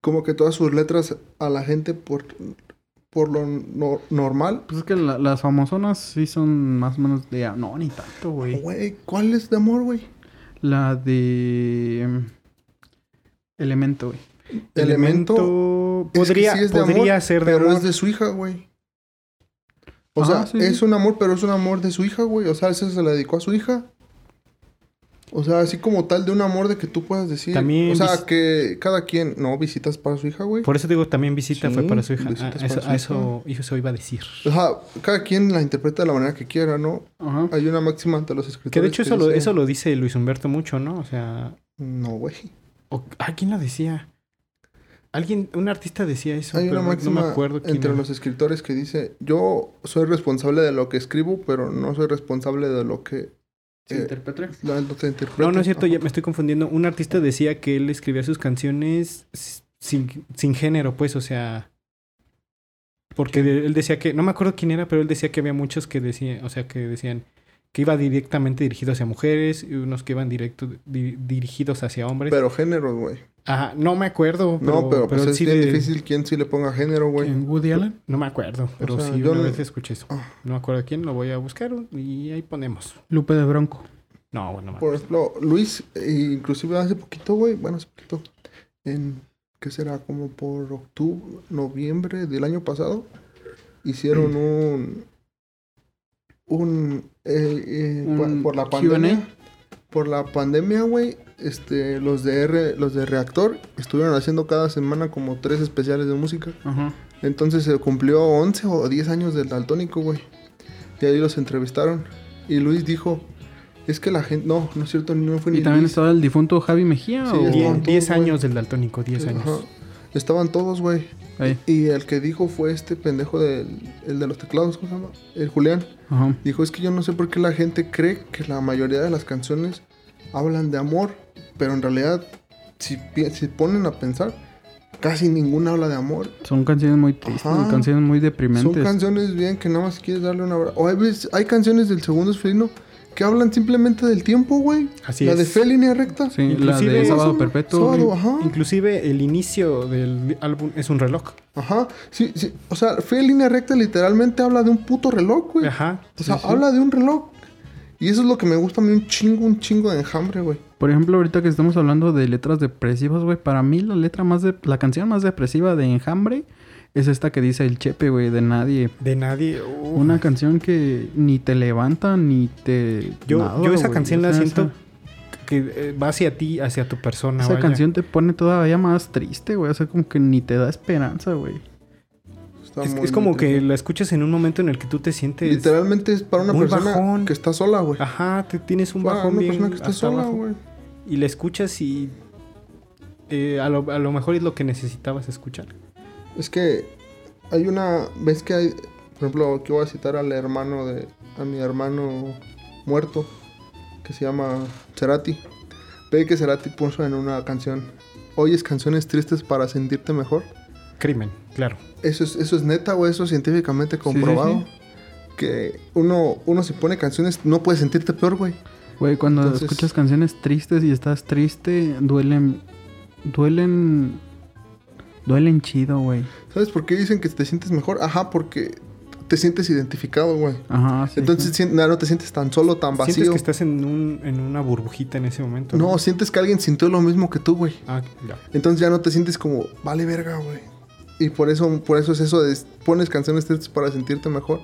como que todas sus letras a la gente por, por lo no- normal.
Pues es que la- las famosonas sí son más o menos de... No, ni tanto, güey.
Güey, ¿cuál es de amor, güey?
La de... em, Elemento, güey.
Elemento. Es que
Podría,
sí es de amor,
podría ser de
pero
amor.
es de su hija, güey. O
Ah,
sea,
sí,
es
sí.
un amor, pero es un amor de su hija, güey. O sea, ese se la dedicó a su hija. O sea, así como tal de un amor de que tú puedas decir.
También
o sea,
vis-
que cada quien. No, visitas para su hija, güey.
Por eso digo, también visita
Sí,
fue para su hija.
visita
Ah,
es para
eso,
su
a eso, eso iba a decir.
O sea, cada quien la interpreta de la manera que quiera, ¿no?
Ajá.
Hay una máxima ante los escritores.
Que de hecho eso lo,
dice-
eso lo dice Luis Humberto mucho, ¿no? O sea,
No, güey.
o- ah, ¿quién lo decía? Alguien, un artista decía eso,
Hay
pero
una
no- no,
máxima
me acuerdo quién
entre
era.
los escritores que dice, yo soy responsable de lo que escribo, pero no soy responsable de lo que
Sí,
eh,
interpreté.
la- lo que interpreto.
No, no es cierto,
Ajá.
ya me estoy confundiendo. Un artista decía que él escribía sus canciones s- sin, sin género, pues, o sea. Porque de- él decía que, no me acuerdo quién era, pero él decía que había muchos que decían, o sea, que decían que iba directamente dirigido hacia mujeres y unos que iban directo, di- dirigidos hacia hombres.
Pero género, güey.
Ajá, no me acuerdo. Pero,
No, pero, pues es
sí
bien
de-
difícil quien sí le ponga género, güey.
¿En Woody Allen?
No me acuerdo, pero
sea,
sí,
yo
una
no-
vez escuché eso.
Ah.
No me acuerdo quién, lo voy a buscar y ahí ponemos.
Lupe de Bronco.
No, bueno, no me
Por ejemplo, Luis, eh, inclusive hace poquito, güey, bueno, hace poquito, en, ¿qué será? Como por octubre, noviembre del año pasado, hicieron
Mm.
un, un, eh, eh, por-
Un
por la
Q&A.
pandemia, por la pandemia, güey, este, los de R, los de Reactor estuvieron haciendo cada semana como tres especiales de música.
Ajá.
Entonces se cumplió 11 o 10 años del daltónico, güey. Y ahí los entrevistaron. Y Luis dijo, es que la gente... No, no es cierto, no fue ni
Y también
Luis.
estaba el difunto Javi Mejía
Sí,
o...
es
acuerdo. Die-
con todo,
10
güey.
años del daltónico, 10 años.
Ajá. Estaban todos, güey.
Ahí.
Y el que dijo fue este pendejo del el de los teclados, ¿cómo se llama? El Julián.
Ajá.
Dijo, es que yo no sé por qué la gente cree que la mayoría de las canciones hablan de amor, pero en realidad, si, pi- si ponen a pensar, casi ninguna habla de amor.
Son canciones muy tristes,
Ajá.
canciones muy
Son
deprimentes.
canciones bien que nada más quieres darle una abrazo. O hay, veces- hay canciones del segundo esfelino que hablan simplemente del tiempo, güey.
Así
La de
es.
Fe línea recta.
Sí, la
Inclusive-
de Sábado
Sábado-
Perpetuo. güey.
Sábado, ajá.
Inclusive el inicio del álbum es un reloj.
Ajá. Sí, sí. O sea, Fe línea recta literalmente habla de un puto reloj, güey.
Ajá.
O sea, habla de un reloj. Y eso es lo que me gusta a mí un chingo, un chingo de enjambre, güey.
Por ejemplo, ahorita que estamos hablando de letras depresivas, güey, para mí la letra más de la canción más depresiva de Enjambre es esta que dice el Chepe, güey, de nadie.
De nadie. uh.
Una canción que ni te levanta ni te
yo,
nada,
yo esa
güey.
canción
O
la
sea,
siento que eh, va hacia ti, hacia tu persona.
Esa, esa
vaya.
canción te pone todavía más triste, güey, o sea, como que ni te da esperanza, güey.
Está
es,
muy-
es como
muy
que
triste.
la escuchas en un momento en el que tú te sientes.
Literalmente es para una
muy
persona
bajón.
que está sola, güey.
Ajá, te tienes un
Para
bajón
una
bien
persona que está
hasta
sola,
abajo.
güey.
y la escuchas y eh, a, lo, a lo mejor es lo que necesitabas escuchar.
Es que hay una. ¿Ves que hay.? Por ejemplo, que voy a citar al hermano de. A mi hermano muerto. Que se llama Cerati. Ve que Cerati puso en una canción. Oyes canciones tristes para sentirte mejor.
Crimen, claro.
Eso es, eso es neta, güey. Eso es científicamente comprobado.
sí.
Que uno, uno si pone canciones no puede sentirte peor, güey.
Güey, cuando
Entonces-
escuchas canciones tristes y estás triste, duelen duelen duelen chido, güey.
¿Sabes por qué dicen que te sientes mejor? Ajá, porque te sientes identificado, güey.
Ajá, sí.
Entonces
sí.
sien- no, no te sientes tan solo, tan vacío.
Sientes que estás en, un, en una burbujita en ese momento.
No, sientes que alguien sintió lo mismo que tú, güey.
Ah, ya.
Entonces ya no te sientes como, vale verga, güey. Y por eso, por eso es eso de pones canciones tristes para sentirte mejor.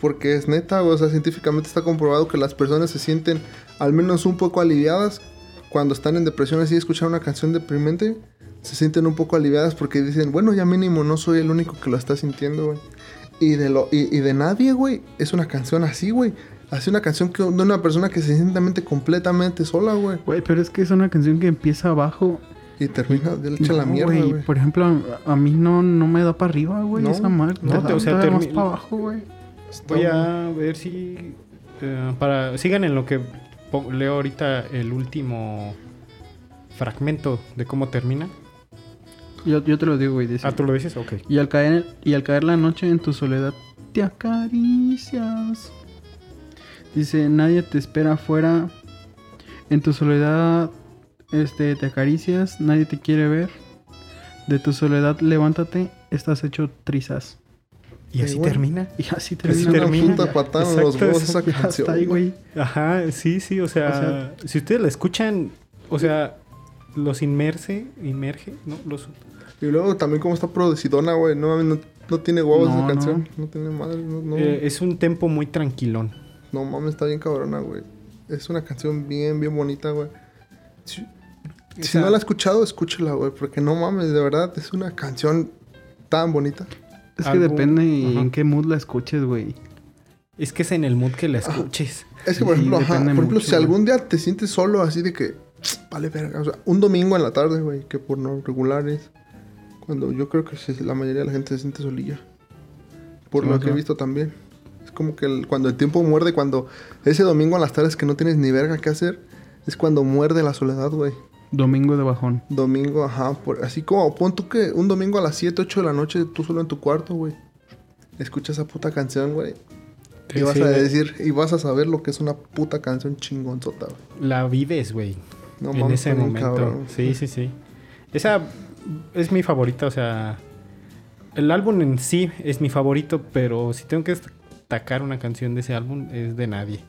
Porque es neta, güey. O sea, científicamente está comprobado que las personas se sienten al menos un poco aliviadas cuando están en depresión así escuchar una canción deprimente. Se sienten un poco aliviadas porque dicen, bueno, ya mínimo no soy el único que lo está sintiendo, güey. Y de, lo, y, y de nadie, güey. Es una canción así, güey. Así una canción que, de una persona que se siente mente completamente sola, güey.
Güey, pero es que es una canción que empieza abajo.
Y termina de hecho la
No,
mierda,
güey,
güey.
Por ejemplo, a, a mí no, no me da para arriba, güey.
No,
esa madre.
no,
te
te-
da
o sea,
todavía más
termi-
para abajo, güey.
Está
Voy
muy-
a ver si. eh, para Sigan en lo que po- leo ahorita el último fragmento de cómo termina.
Yo, yo te lo digo, güey. dice,
Ah, ¿tú lo dices? Ok.
y, al caer, y al caer la noche en tu soledad, te acaricias. Dice, nadie te espera afuera. En tu soledad, este, te acaricias. Nadie te quiere ver. De tu soledad, levántate, estás hecho trizas.
Y así
Eh,
Sí, güey.
termina.
Y así
Es
termina.
una
Pues termina.
puta patada en los
Exacto,
huevos
eso-
esa
Ya
canción.
está ahí, güey.
Ajá, sí, sí, o sea,
O sea-
si ustedes la escuchan, o sea, los inmerse, inmerge, ¿no? Los,
Y luego también cómo está producidona, güey. No mames, no, no tiene huevos
No,
esa
no.
canción. No tiene madre. No, no,
eh, es un tempo muy tranquilón.
no mames, está bien cabrona, güey. Es una canción bien, bien bonita, güey. Si, si
sea-
no la has escuchado, escúchala, güey. Porque no mames, de verdad, es una canción tan bonita.
Es que
Algo-
depende
Ajá.
en qué mood la escuches, güey.
Es que es en el mood que
Ah.
la escuches.
Es que,
Sí,
por ejemplo, ajá, por
depende
ejemplo
mucho,
si
güey.
algún día te sientes solo así de que... Vale, verga. O sea, un domingo en la tarde, güey. Que por no regulares. Cuando yo creo que sí, la mayoría de la gente se siente solilla. Por
Sí,
lo
o
que
sea.
he visto también. Es como que el- cuando el tiempo muerde, cuando... Ese domingo en las tardes que no tienes ni verga que hacer. Es cuando muerde la soledad, güey.
Domingo de bajón.
Domingo, ajá. por- así como pon tú que un domingo a las 7, 8 de la noche, tú solo en tu cuarto, güey. Escucha esa puta canción, güey. Y vas
Sí,
a
la-
decir, y vas a saber lo que es una puta canción chingonzota, güey.
La vives, güey.
No
en ese
está bien
momento.
cabrón.
Sí, sí, sí. Esa es mi favorita, o sea, el álbum en sí es mi favorito, pero si tengo que destacar una canción de ese álbum es de nadie.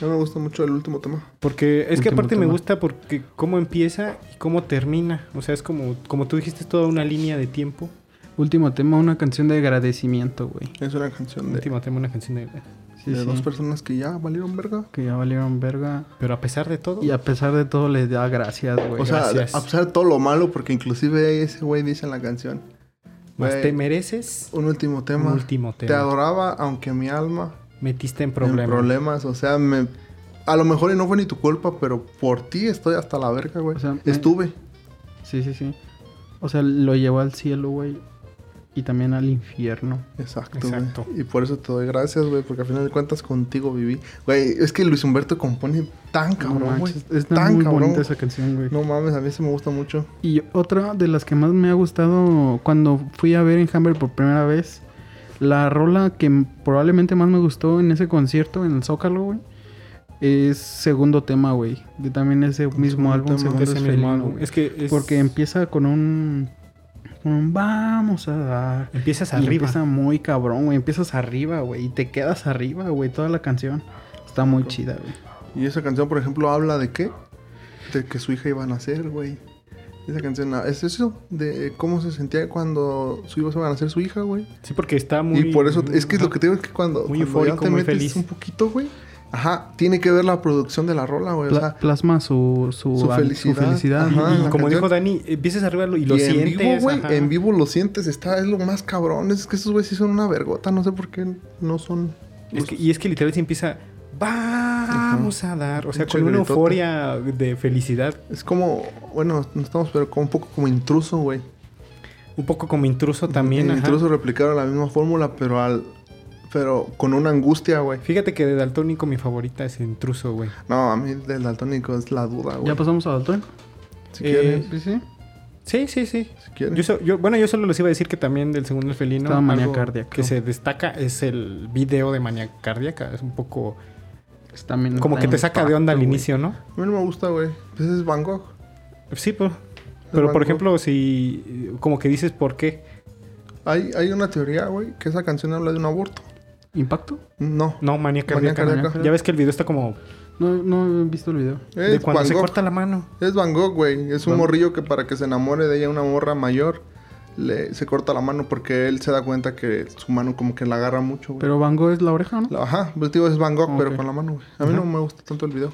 A mí me gusta mucho el último tema.
Porque es que
Último
aparte me
tema.
gusta porque cómo empieza y cómo termina. O sea, es como, como tú dijiste, es toda una línea de tiempo.
Último tema, una canción de agradecimiento, güey.
Es una canción de,
Último tema, una canción de...
Sí,
de
sí.
dos personas que ya valieron verga.
Que ya valieron verga.
Pero a pesar de todo...
Y a pesar de todo, les da gracias, güey.
O sea,
gracias.
a pesar de todo lo malo, porque inclusive ese güey dice en la canción,
Más
Güey.
te mereces
un último tema.
un último
te
tema.
adoraba, aunque mi alma
Metiste en
en
problemas.
problemas. O sea, me... A lo mejor y no fue ni tu culpa, pero por ti estoy hasta la verga, güey.
O sea, me-
Estuve.
sí, sí, sí. O sea, lo llevó al cielo, güey. Y también al infierno.
Exacto, güey.
Exacto.
Y por eso te doy gracias, güey, porque al final de cuentas contigo viví. Güey, es que Luis Humberto compone tan cabrón,
No
güey.
manches, es
tan
muy
cabrón.
bonita esa canción, güey.
No mames, a mí se me gusta mucho.
Y otra de las que más me ha gustado cuando fui a ver Enjambre por primera vez, la rola que m- probablemente más me gustó en ese concierto, en el Zócalo, güey, es Segundo Tema, güey. De también ese mismo
Segundo
álbum,
Tema.
Segundo
Ese
es
mismo
Felino,
álbum.
güey.
Es que es-
Porque empieza con un, con un vamos a dar.
empiezas
Y
arriba.
empieza muy cabrón, güey. Empiezas arriba, güey. Y te quedas arriba, güey. Toda la canción. Está muy chida, güey.
Y esa canción, por ejemplo, habla de qué? De que su hija iba a nacer, güey. Esa canción, ah, es eso, de cómo se sentía cuando su hija iba a nacer su hija, güey.
Sí, porque está muy...
Y por eso, es que lo que te digo es que cuando,
Muy
cuando ya
eufórico,
te
muy
metes
feliz.
un poquito, güey. Ajá, tiene que ver la producción de la rola, güey. O
Pla-
sea,
plasma su, su,
su
a-
felicidad.
felicidad.
Ajá,
Y
la
Ah, como
canción.
dijo Dani, empiezas arriba y lo
y
sientes.
en vivo, güey,
ajá.
en vivo lo sientes, está, es lo más cabrón. Es que esos güeyes sí son una vergota, no sé por qué no son.
Es que- y es que literal se empieza... Vamos a dar. O sea,
Pinche
con una
gritote.
euforia de felicidad
Es como, bueno, no estamos, pero como un poco como intruso, güey.
Un poco como intruso también.
En
ajá.
intruso replicaron la misma fórmula, pero al. Pero con una angustia, güey.
Fíjate que de Daltónico mi favorita es intruso, güey.
No, a mí del daltónico es la duda, güey.
Ya pasamos a Dalton.
Si
Eh,
quieres,
Sí, sí.
Sí, sí, sí.
si quieres.
Yo, so- yo- bueno, yo solo les iba a decir que también del segundo el felino.
Estaba Manía
algo
Cardíaca.
Que se destaca es el video de manía cardíaca. Es un poco.
Está bien-
Como
está
que te
bien
saca de onda al
impacto,
inicio, ¿no?
A mí no me gusta, güey. Pues es Van Gogh.
Sí, pues. Pero por
Banco.
ejemplo, si. Como que dices por qué.
Hay, hay una teoría, güey, que esa canción habla de un aborto.
güey. ¿Impacto?
No.
No, manía
Manía
cardíaca.
cardíaca. Eh,
Ya ves que el video está como.
No, no he visto el video.
Es
de cuando
Van
se
Gogh.
corta la mano.
Es Van Gogh, güey. Es un
Van-
morrillo que para que se enamore de ella, una morra mayor, le, se corta la mano porque él se da cuenta que su mano como que la agarra mucho, güey.
Pero Van Gogh es la oreja, ¿no?
La- Ajá, pues digo, es Van Gogh,
Ok.
pero con la mano, güey. A mí
Ajá.
no me gusta tanto el video.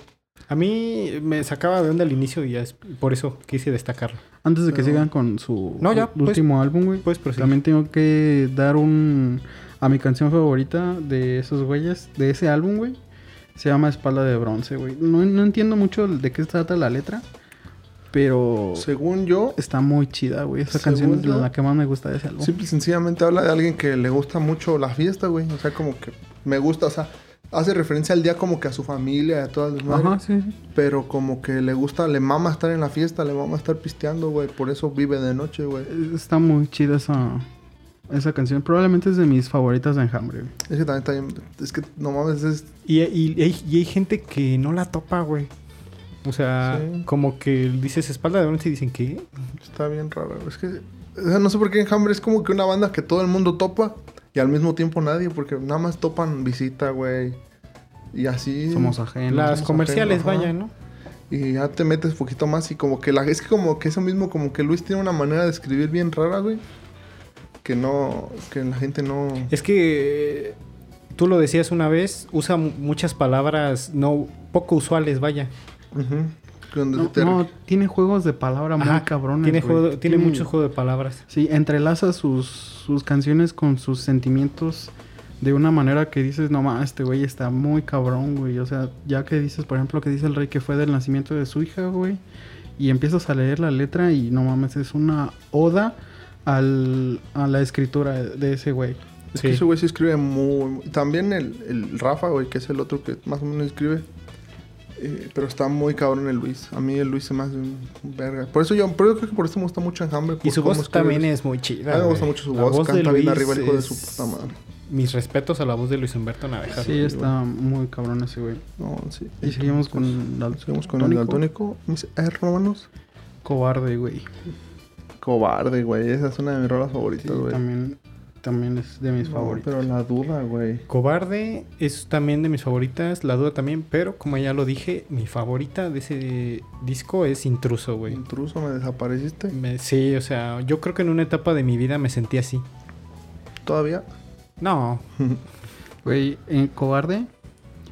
A mí me sacaba de onda al inicio y ya es por eso quise destacarlo.
Antes de que
Pero-
sigan con su
No, ya,
u-
pues-
último álbum, güey.
Puedes proseguir.
También tengo que dar un... A mi canción favorita de esos güeyes, de ese álbum, güey. Se llama Espalda de Bronce, güey. No, no entiendo mucho de qué trata la letra,
Oh.
pero
Según yo,
está muy chida, güey. Esa
Según
canción es
yo-
la que más me gusta de ese álbum.
simple y sencillamente habla de alguien que le gusta mucho la fiesta, güey. O sea, como que me gusta, o sea, hace referencia al día como que a su familia, a todas las madres.
Ajá, sí, sí.
Pero como que le gusta, le mama estar en la fiesta, le mama estar pisteando, güey. Por eso vive de noche, güey.
Está muy chida esa, esa canción. Probablemente es de mis favoritas de Enjambre, güey.
Es que también está bien- Es que no mames, es.
Y, y- y hay, y hay gente que no la topa, güey. O sea,
Sí.
como que dices espalda de bronce y dicen que
Está bien raro. Es que o sea, no sé por qué Enjambre es como que una banda que todo el mundo topa y al mismo tiempo nadie, porque nada más topan visita, güey. Y así.
Eh, Somos ajenos.
las
ajá,
comerciales
ajá.
vayan, ¿no?
Y ya te metes poquito más y como que la... Es que como que eso mismo, como que Luis tiene una manera de escribir bien rara, güey. Que no... Que la gente no...
Es que eh, tú lo decías una vez, usa mu- muchas palabras no poco usuales, vaya.
Ujú. Que donde
No,
te-
no, tiene juegos de palabra muy
Ajá,
cabrones.
Tiene,
güey.
juego- tiene mucho
juegos
juego de palabras.
Sí, entrelaza sus, sus canciones con sus sentimientos de una manera que dices, no más, este güey está muy cabrón, güey. O sea, ya que dices, por ejemplo, que dice el rey que fue del nacimiento de su hija, güey. Y empiezas a leer la letra y no mames, es una oda al, a la escritura de ese güey.
Es
Sí.
que ese güey se escribe muy... muy- También el, el Rafa, güey, que es el otro que más o menos escribe. eh, pero está muy cabrón el Luis. A mí el Luis se me hace un un verga. Por eso yo, pero yo creo que por eso me gusta mucho Enjambre.
Y
por
su
Pues, cómo
voz
escribe
también
Luis.
es muy chida.
A mí me gusta
güey.
mucho su
La
voz.
de
Canta bien
Luis
arriba el hijo de
es-
su puta madre.
Mis respetos a la voz de Luis Humberto Naveja.
Sí, está muy cabrón ese güey.
No, sí.
Y seguimos con el dal-
Seguimos con el daltónico. Mis hermanos.
Cobarde, güey.
Cobarde, güey. Esa es una de mis rolas favoritas,
Sí,
güey.
también, también es de mis
No,
favoritos.
Pero la duda, güey.
Cobarde es también de mis favoritas, La Duda también, pero como ya lo dije, mi favorita de ese disco es Intruso, güey.
Intruso, me desapareciste.
Me- sí, o sea, yo creo que en una etapa de mi vida me sentí así.
Todavía.
No,
Güey, en Cobarde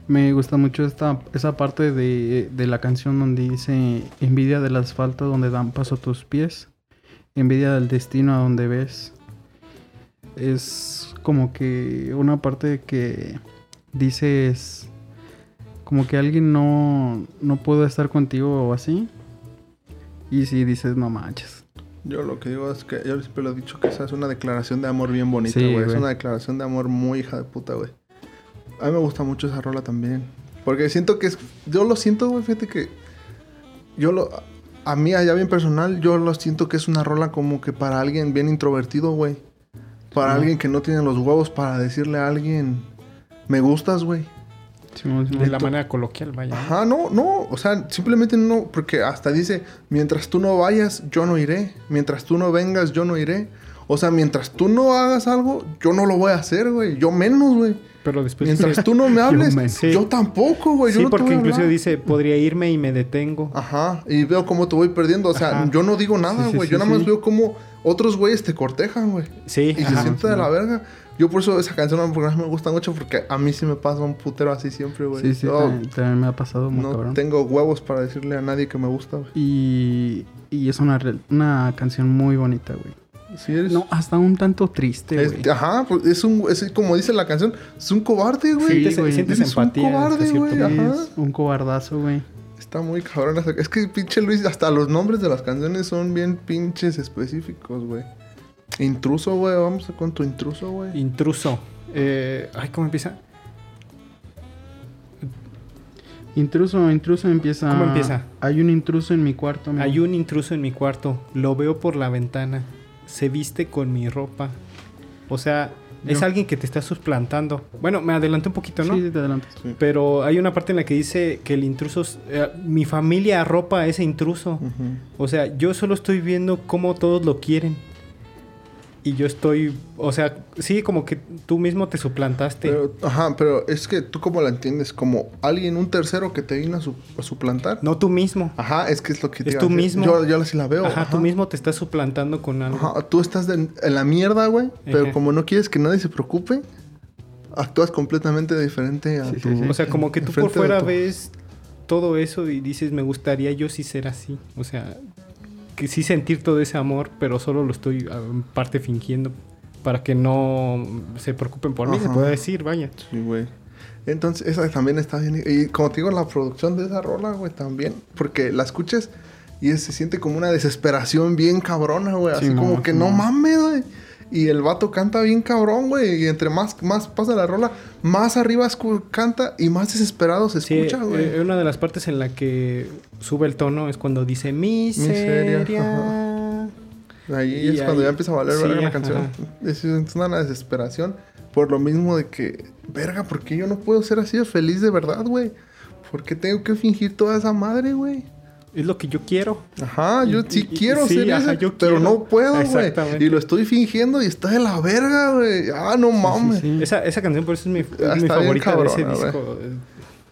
me gusta mucho esta, esa parte de, de la canción donde dice envidia del asfalto donde dan paso tus pies, envidia del destino a donde ves. Es como que una parte que dices como que alguien no, no pudo estar contigo o así. Y si dices no manches.
Yo lo que digo es que yo siempre lo he dicho que esa es una declaración de amor bien bonita,
Sí,
güey. es
güey.
una declaración de amor muy hija de puta, güey. A mí me gusta mucho esa rola también. Porque siento que es. Yo lo siento, güey. Fíjate que. Yo lo. A mí, allá bien personal, yo lo siento que es una rola como que para alguien bien introvertido, güey. Para alguien que no tiene los huevos para decirle a alguien. Me gustas, güey.
Simón,
de
Simón.
la manera coloquial, vaya. ¿no?
Ajá, no, no, o sea, simplemente no, porque hasta dice, mientras tú no vayas, yo no iré, mientras tú no vengas, yo no iré. O sea, mientras tú no hagas algo, yo no lo voy a hacer, güey, yo menos, güey.
Pero después...
Mientras tú no me hables, yo,
menos.
Sí.
tampoco, güey. yo
sí,
no Ah, te voy
porque
a hablar.
incluso dice, podría irme y me detengo.
Ajá, y veo cómo te voy perdiendo, o sea,
Ajá.
yo no digo nada,
Sí, sí,
güey,
sí,
yo nada más
sí.
veo cómo otros güeyes te cortejan, güey.
Sí,
Y se
ajá.
siente de la verga. Yo por eso esa canción no me gusta mucho porque a mí sí me pasa un putero así siempre, güey. Oh,
Sí, sí,
Oh.
Yo
también, también me ha pasado muy
no
cabrón.
tengo huevos para decirle a nadie que me gusta, güey.
Y, y es una, re- una canción muy bonita, güey.
Si eres.
No, hasta un tanto triste,
es-
güey.
ajá, pues, es un. Es, como dice la canción, es un cobarde, güey.
Sientes,
güey,
sientes
eres un
empatía. hasta
cobarde,
cierto
güey.
punto.
ajá.
Es un cobardazo, güey.
Está muy cabrón. esa- Es que pinche Luis, hasta los nombres de las canciones son bien pinches específicos, güey. Intruso, güey. Vamos a con tu intruso, güey.
Intruso. Eh, ay, ¿cómo empieza?
Intruso, intruso empieza.
¿Cómo empieza?
Hay un intruso en mi cuarto, mi
Hay un intruso en mi cuarto, lo veo por la ventana, se viste con mi ropa. O sea, es
Yo-
alguien que te está suplantando. Bueno, me adelanté un poquito, ¿no?
Sí, sí, te adelantas.
Pero hay una parte en la que dice que el intruso, s- eh, mi familia arropa a ese intruso.
Ujú.
O sea, yo solo estoy viendo cómo todos lo quieren. Y yo estoy, o sea, sí, como que tú mismo te suplantaste.
Pero, ajá, pero es que tú, ¿cómo la entiendes? Como alguien, un tercero que te vino a, su- a suplantar.
No tú mismo.
Ajá, es que es lo que
Es
iba
tú
a decir.
mismo.
Yo, yo así la Ah, veo.
Ajá, tú mismo te estás suplantando con algo.
Ajá, tú estás de- en la mierda, güey, pero
Ajá.
como no quieres que nadie se preocupe, actúas completamente diferente a
Sí, sí,
tu-
sí.
O sea, como que tú por
enfrente de
fuera
tu-
ves todo eso y dices, me gustaría yo sí ser así. O sea, que sí sentir todo ese amor, pero solo lo estoy ah, en parte fingiendo para que no se preocupen por mí, se
Ajá.
puede decir, vaya.
Sí, güey. Entonces, esa también está bien. Y como te digo, la producción de esa rola, güey, también. Porque la escuchas y se siente como una desesperación bien cabrona, güey. Así
Sí,
como
no,
que
sí,
no
no.
mames, güey. Y el vato canta bien cabrón, güey. Y entre más, más pasa la rola, más arriba escu- canta y más desesperado se
Sí,
escucha, güey.
eh, una de las partes en la que sube el tono es cuando dice
Miseria,
miseria.
Ahí
Y
es cuando
ahí-
ya empieza a valer
sí,
verga la
ajá.
canción. Es, es una desesperación por lo mismo de que, verga, ¿por qué yo no puedo ser así de feliz de verdad, güey? ¿Por qué tengo que fingir toda esa madre, güey?
Es lo que yo quiero.
Ajá, yo
Y-
sí
y- y-
quiero
sí,
ser
ajá,
ese,
yo
pero
quiero.
no puedo, güey.
Exactamente.
Y lo estoy fingiendo y está de la verga, güey. Ah, no mames.
sí.
Esa, esa canción por eso es mi, es
Ah,
mi
está bien
favorita de
cabrona,
ese disco.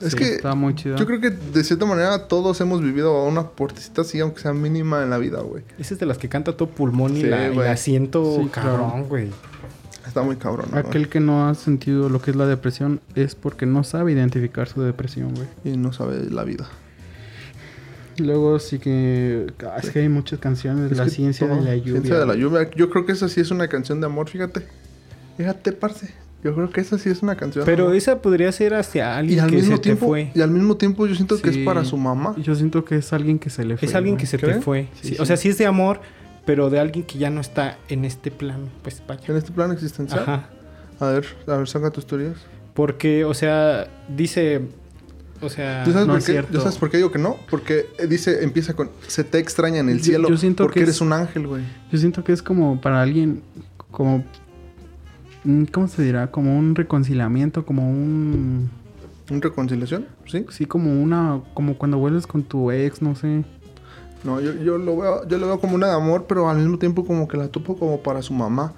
Es
Sí,
que
Está muy chido.
yo creo que de cierta manera todos hemos vivido una portecita así, aunque sea mínima en la vida, güey.
Esa es de las que canta todo pulmón y
Sí,
la, y
güey.
la siento
Sí, claro.
cabrón, güey.
Está muy cabrón, ¿no, güey?
Aquel que no ha sentido lo que es la depresión es porque no sabe identificar su depresión, güey.
Y no sabe la vida.
Y Luego sí que... ah, Es que hay muchas canciones.
Es
la
que
ciencia
todo-
de la lluvia.
Ciencia de la
güey.
lluvia. Yo creo que esa sí es una canción de amor, fíjate. Fíjate, parce. Yo creo que esa sí es una canción. de
Pero
amor.
esa podría ser hacia
y
alguien
al
que
mismo
se te
tiempo,
fue.
y al mismo tiempo yo siento que
Sí.
es para su mamá.
Yo siento que es alguien que se le fue.
Es alguien
güey.
que se te
¿creen?
fue.
Sí,
Sí,
sí.
O sea, sí es de amor, pero de alguien que ya no está en este plano. Pues vaya.
En este plano existencial.
Ajá.
A ver, a ver, saca tus teorías.
Porque, o sea, dice. O sea,
¿Tú sabes,
no
por
es
qué?
cierto.
¿Tú sabes por qué digo que no? Porque eh, dice, empieza con, se te extraña en el
Yo-
cielo
yo siento
porque
que
eres
es-
un ángel, güey.
Yo siento que es como para alguien, como... mm, ¿Cómo se dirá? Como un reconciliamiento, como un...
¿Un reconciliación? ¿Sí?
Sí, como una... Como cuando vuelves con tu ex, no sé.
No, yo, yo lo veo, yo lo veo como una de amor, pero al mismo tiempo como que la topo como para su mamá.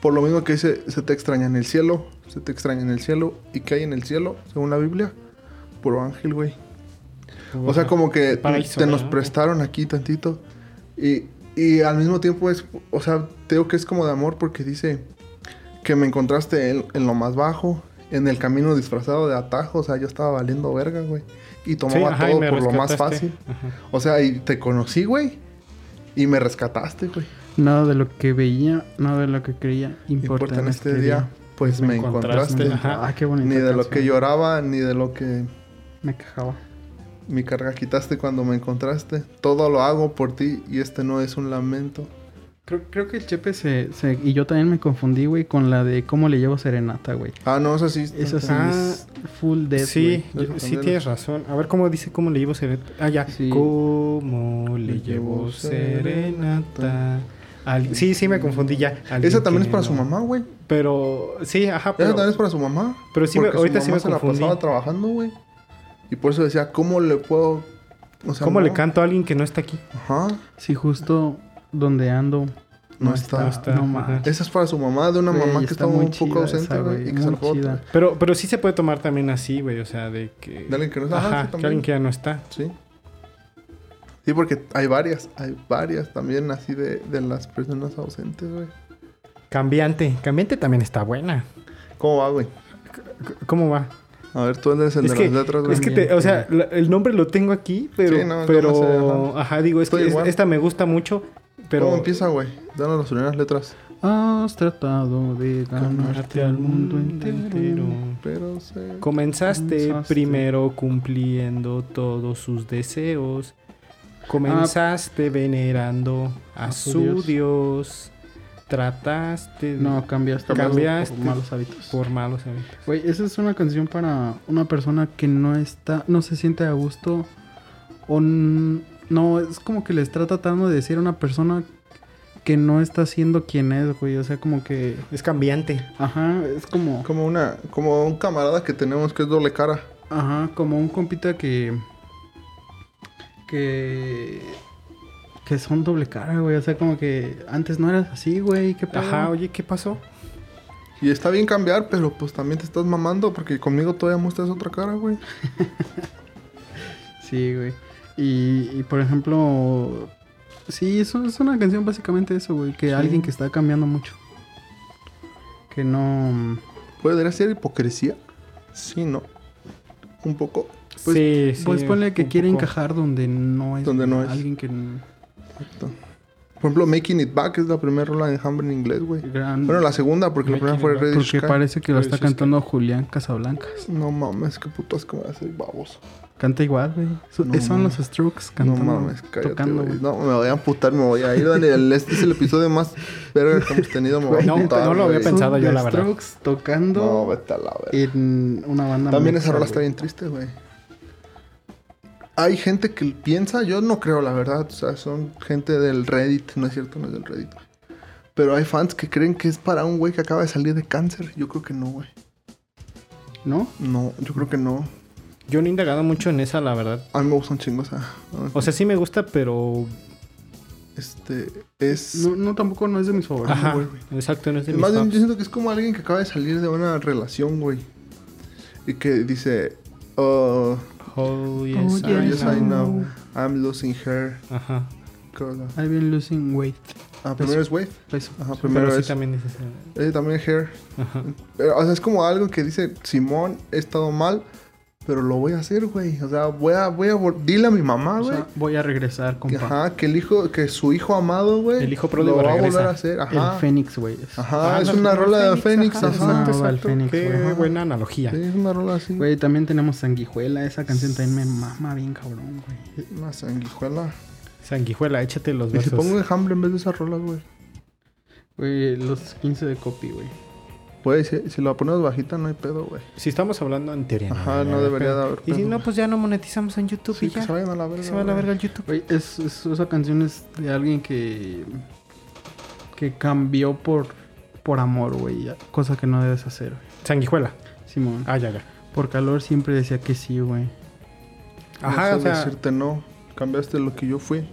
Por lo mismo que dice, se te extraña en el cielo, se te extraña en el cielo. ¿Y qué hay en el cielo, según la Biblia? Puro ángel, güey. O sea, como que
El paraíso,
te nos
¿no?
prestaron aquí tantito. Y, y al mismo tiempo es, o sea, creo que es como de amor porque dice que me encontraste en, en lo más bajo, en el camino disfrazado de atajo, o sea, yo estaba valiendo verga, güey. Y
Sí,
tomaba
ajá, y
todo
me
por lo más
rescataste.
fácil.
Ajá.
O sea, y te conocí, güey. Y me rescataste, güey.
Nada de lo que veía, nada de lo que creía importa,
Importa en este día, pues me encontraste.
Ajá.
Ah, qué bonito.
Ni de lo que lloraba, ni de lo que
Me quejaba.
mi carga quitaste cuando me encontraste. Todo lo hago por ti y este no es un lamento.
Creo, creo que el Chepe se, se... Y yo también me confundí, güey, con la de cómo le llevo serenata, güey.
Ah, no, eso sí.
Esa sí
Ah,
es full death,
Sí,
güey.
yo-
Eso
sí
también.
tienes razón. A ver cómo dice cómo le llevo serenata. Ah, ya.
Sí.
¿Cómo le llevo serenata? Al- Sí, sí, me confundí ya. Alguien
Esa también
que
es para su
no-
mamá, güey.
Pero, sí, ajá,
Esa
pero.
también es para su mamá.
pero sí me-
Porque su
ahorita sí
mamá
me
se la
confundí.
pasaba trabajando, güey. Y por eso decía, ¿cómo le puedo...? O sea,
¿Cómo
no.
le canto a alguien que no está aquí?
Ajá,
Sí, justo donde ando.
no, está.
no está.
No
Ajá.
manches.
Esa es para su mamá, de una
Güey,
mamá que
está
estaba
muy
un poco
chida
ausente,
esa,
güey.
güey,
Y que se
muy
la jugó
chida.
otra.
Pero, pero sí se puede tomar también así, güey. O sea, de que.
De alguien que no está. Ajá, sí,
Ajá, que
también.
alguien que ya no está.
Sí. Sí, porque hay varias, hay varias también así de, de las personas ausentes, güey.
Cambiante. Cambiante también está buena.
¿Cómo va, güey?
C- ¿Cómo va?
A ver, tú eres el
es
de
que,
las letras, güey.
es que te- o sea, la- el nombre lo tengo aquí, pero,
Sí, no, yo
pero,
no sé, ajá.
ajá, digo, es
Estoy
que es-
igual.
esta me gusta mucho, pero
¿Cómo empieza, güey? Danos las primeras letras.
Has tratado de ganarte al mundo entero.
Pero sé...
Comenzaste,
Comenzaste.
primero cumpliendo todos sus deseos. Comenzaste venerando a,
Ah. a su
su Dios. Trataste de-
No, cambiaste,
Cambiaste.
por malos hábitos.
por malos hábitos.
Güey, esa es una canción para una persona que no está, no se siente a gusto o n- no, es como que le está tratando de decir a una persona que no está siendo quien es, güey, o sea, como que,
Es cambiante.
ajá, es como,
Como una, como un camarada que tenemos que es doble cara.
ajá, como un compita que, que, que son doble cara, güey, o sea, como que antes no eras así, güey, qué pedo?
Ajá, oye, ¿qué pasó?
Y está bien cambiar, pero pues también te estás mamando porque conmigo todavía muestras otra cara, güey.
Sí, güey. Y, y, por ejemplo, sí, eso es una canción básicamente eso, güey. Que alguien que está cambiando mucho. Que no.
¿Podría ser hipocresía? Sí, ¿no? Un poco. Pues-
sí, sí,
pues ponle que
un
quiere
poco.
encajar donde no es.
Donde no
güey.
es.
Alguien que. n-
Exacto. Por ejemplo, Making It Back es la primera rola de Hambre en inglés, güey.
Gran,
Bueno, la segunda, porque la
Making
primera fue
It Back,
Reddish
porque
Sky.
parece que lo
Pero
está
sí es
cantando Julián Casablancas.
No mames, qué puto asco me hace el baboso.
Canta igual, güey. So-
No
son los
mames.
Strokes cantando.
no mames, cállate,
tocando,
güey.
güey.
No, me voy a amputar, me voy a ir, Daniel. Este es el episodio más verga que hemos tenido. Me voy a
No,
amputar,
no lo había
güey.
pensado.
Son
yo,
The
la verdad.
Strokes tocando
No, vete a la verga.
en una banda.
También
mixta,
esa rola
güey.
está bien triste, güey. Hay gente que piensa, yo no creo, la verdad. O sea, son gente del Reddit, no es cierto, no es del Reddit. güey. Pero hay fans que creen que es para un güey que acaba de salir de cáncer. Yo creo que no, güey.
¿No?
No, yo creo que no.
Yo no he indagado mucho en esa, la verdad.
A mí me gusta un chingo esa.
O sea, sí me gusta, pero.
Este, es...
No, no, tampoco no es de mis favoritos,
Ajá.
güey.
Exacto, no es de mis
Más bien,
tops.
yo siento que es como alguien que acaba de salir de una relación, güey. Y que dice, oh,
Oh, yes,
Oh,
I
yes, I
know.
know. I'm losing her.
Ajá.
Cola.
I've been losing weight. Pues,
Ah, primero es Wave.
Peso.
Ajá, primero
Pero sí
es.
también dices.
eh, también Hair.
Ajá.
Pero, o sea, es como algo que dice, Simón, he estado mal, pero lo voy a hacer, güey. O sea, voy a, voy a, vol- dile a mi mamá,
O
Ah, güey.
sea, voy a regresar,
que,
compa.
ajá, que el hijo, que su hijo amado, güey.
El hijo pródigo
Lo va a volver
regresa.
a hacer,
El
ajá.
Fénix, güey. es.
Ajá,
Ah,
es
no,
una
el
rola de Fénix,
ajá,
ajá.
exacto,
Ah, va el
exacto.
Fénix,
Qué
güey, ajá.
buena analogía.
Sí, es una rola así.
Güey, también tenemos Sanguijuela. Esa canción también me mama bien, cabrón, güey.
Una sanguijuela.
Sanguijuela, échate los
Y si
versos.
pongo enjambre en vez de esas rolas, güey.
Güey, los 15 de copy, güey.
Güey, si, si la ponemos bajita no hay pedo, güey.
Si estamos hablando en teoría.
Ajá, no debería de haber
Y si
pedo,
no,
güey.
pues ya no monetizamos en YouTube
Sí,
y
que
ya.
se vayan a la verga.
Que se va a la verga
güey.
el YouTube.
Güey, es, es- esa canción es de alguien que. que cambió por. por amor, güey. ya- Cosa que no debes hacer, güey.
Sanguijuela.
Simón.
Ah, ya, ya.
Por calor siempre decía que sí, güey.
Ajá,
no
o
sé
sea,
decirte no. Cambiaste lo que yo fui.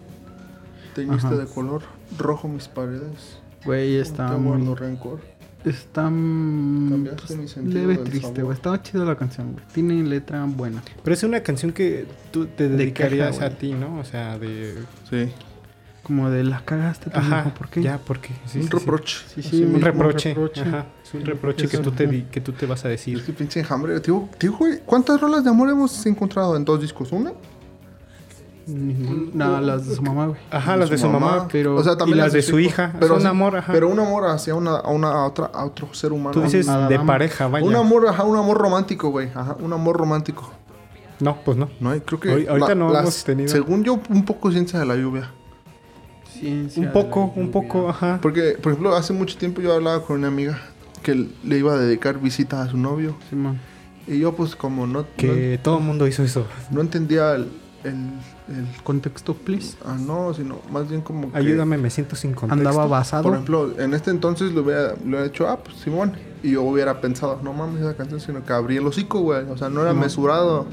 Teñiste
Ajá.
de color rojo mis paredes.
Güey,
No
está
te guardo
muy.
rencor.
Está. mm,
Cambiaste
pues,
mi sentido
leve
del
triste,
sabor.
güey. Estaba chida la canción, güey. Tiene letra buena.
pero es una canción que tú te
De
dedicarías
queja,
a ti, ¿no? O sea, de.
Sí.
Como de la cagaste,
pues,
Ajá,
pendejo, ¿por qué?
Ya, porque. sí,
un
sí, sí.
reproche.
Sí,
Sí,
sí,
un
mismo
reproche.
reproche.
Ajá. Es un reproche que
Eso,
tú, te,
ajá.
di- que tú te vas a
Es
decir.
que pinche enjambre. Te digo, te digo, güey, ¿cuántas rolas de amor hemos encontrado en dos discos? ¿Una?
Ningún- No, las de su mamá, güey.
Ajá, las de su mamá.
pero-
O sea,
y
también
y las de su hija.
Pero
es un
sí,
amor, ajá.
Pero un amor hacia una, a una, a otra, a otro ser humano.
Tú dices
Nada
de
más.
pareja, vaya.
Un amor, ajá, un amor romántico, güey. Ajá, un amor romántico.
No, pues no.
No hay, creo que.
Hoy- ahorita no hemos tenido.
Según yo, un poco ciencia de la lluvia.
Ciencia
Un
de
poco,
la
un poco,
lluvia.
ajá.
Porque, por ejemplo, hace mucho tiempo yo hablaba con una amiga que le iba a dedicar visitas a su novio.
Simón.
Y yo, pues, como no,
Que todo el mundo hizo eso.
no, no entendía el, el- el-
Contexto, please.
Ah, no, sino más bien como. que,
Ayúdame, me siento sin contexto.
Andaba basado.
Por ejemplo, en este entonces lo hubiera, lo hubiera dicho, ah, pues Simón. Y yo hubiera pensado, no mames esa canción, sino que abrí el hocico, güey. O sea, no era
Simón.
mesurado.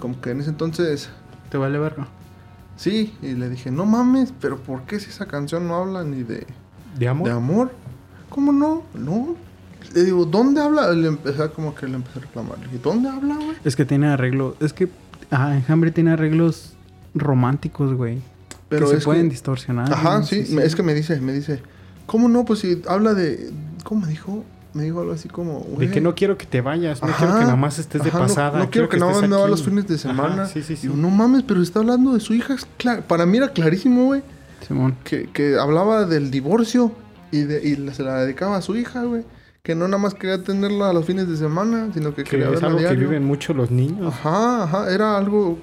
Como que en ese entonces
Te vale verga.
Sí, y le dije, no mames, pero ¿por qué si esa canción no habla ni de,
¿De amor?
de amor? ¿Cómo no? No. Le digo, ¿dónde habla? Le empecé a- como que le empecé a reclamar. Le dije, ¿dónde habla, güey?
Es que tiene arreglo. Es que. Ajá, Enjambre tiene arreglos románticos, güey.
Pero
que
es
se pueden
que-
distorsionar.
Ajá,
¿no?
sí, me- es que me dice, me dice, ¿cómo no? Pues si habla de. ¿Cómo me dijo? Me dijo algo así como, güey.
De que no quiero que te vayas, no
Ajá,
quiero que nada más estés de
ajá, no-
pasada.
No, quiero que, nada más
estés
me va
aquí.
los fines de
Ajá,
semana.
sí, sí, sí.
Digo, no mames, pero está hablando de su hija. es clar- Para mí era clarísimo, güey.
Simón.
que, que hablaba del divorcio y, de, y la- se la dedicaba a su hija, güey. Que no nada más quería tenerla a los fines de semana, sino que,
Que
quería
es
verla
algo que
diario. Ah,
viven mucho los niños.
Ajá, ajá, era algo...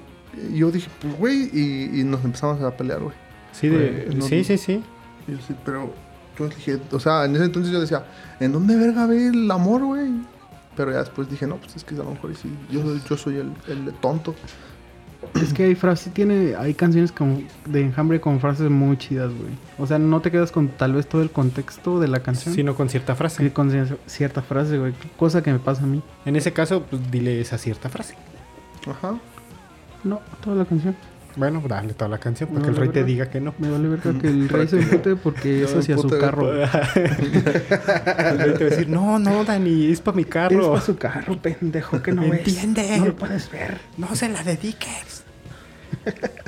y Yo dije, pues, güey, y, y nos empezamos a pelear, güey.
Sí, de,
Güey, no-
sí, sí, sí.
Y yo sí, pero yo dije, o sea, en ese entonces yo decía, ¿en dónde verga ve el amor, güey? Pero ya después dije, no, pues es que a lo mejor y sí, yo, soy- yo soy el, el tonto.
Es que hay frases, tiene, hay canciones con- de enjambre con frases muy chidas, güey. O sea, no te quedas con tal vez todo el contexto de la canción, sino
Sino con cierta frase.
con cier- cierta frase, güey. Cosa que me pasa a mí.
En ese caso, pues dile esa cierta frase.
Ajá.
No, toda la canción.
Bueno, dale toda la canción para
No,
que el
la
rey te
verdad.
diga que no.
Me vale verga que el rey se empute porque
Yo
es
me
hacia su
emputé,
carro. güey.
El rey te va a decir, no, no, Dani, es para mi
Es
carro.
pa' su carro, pendejo, que no
¿Me
ves.
entiende?
No lo puedes ver.
No se la dediques.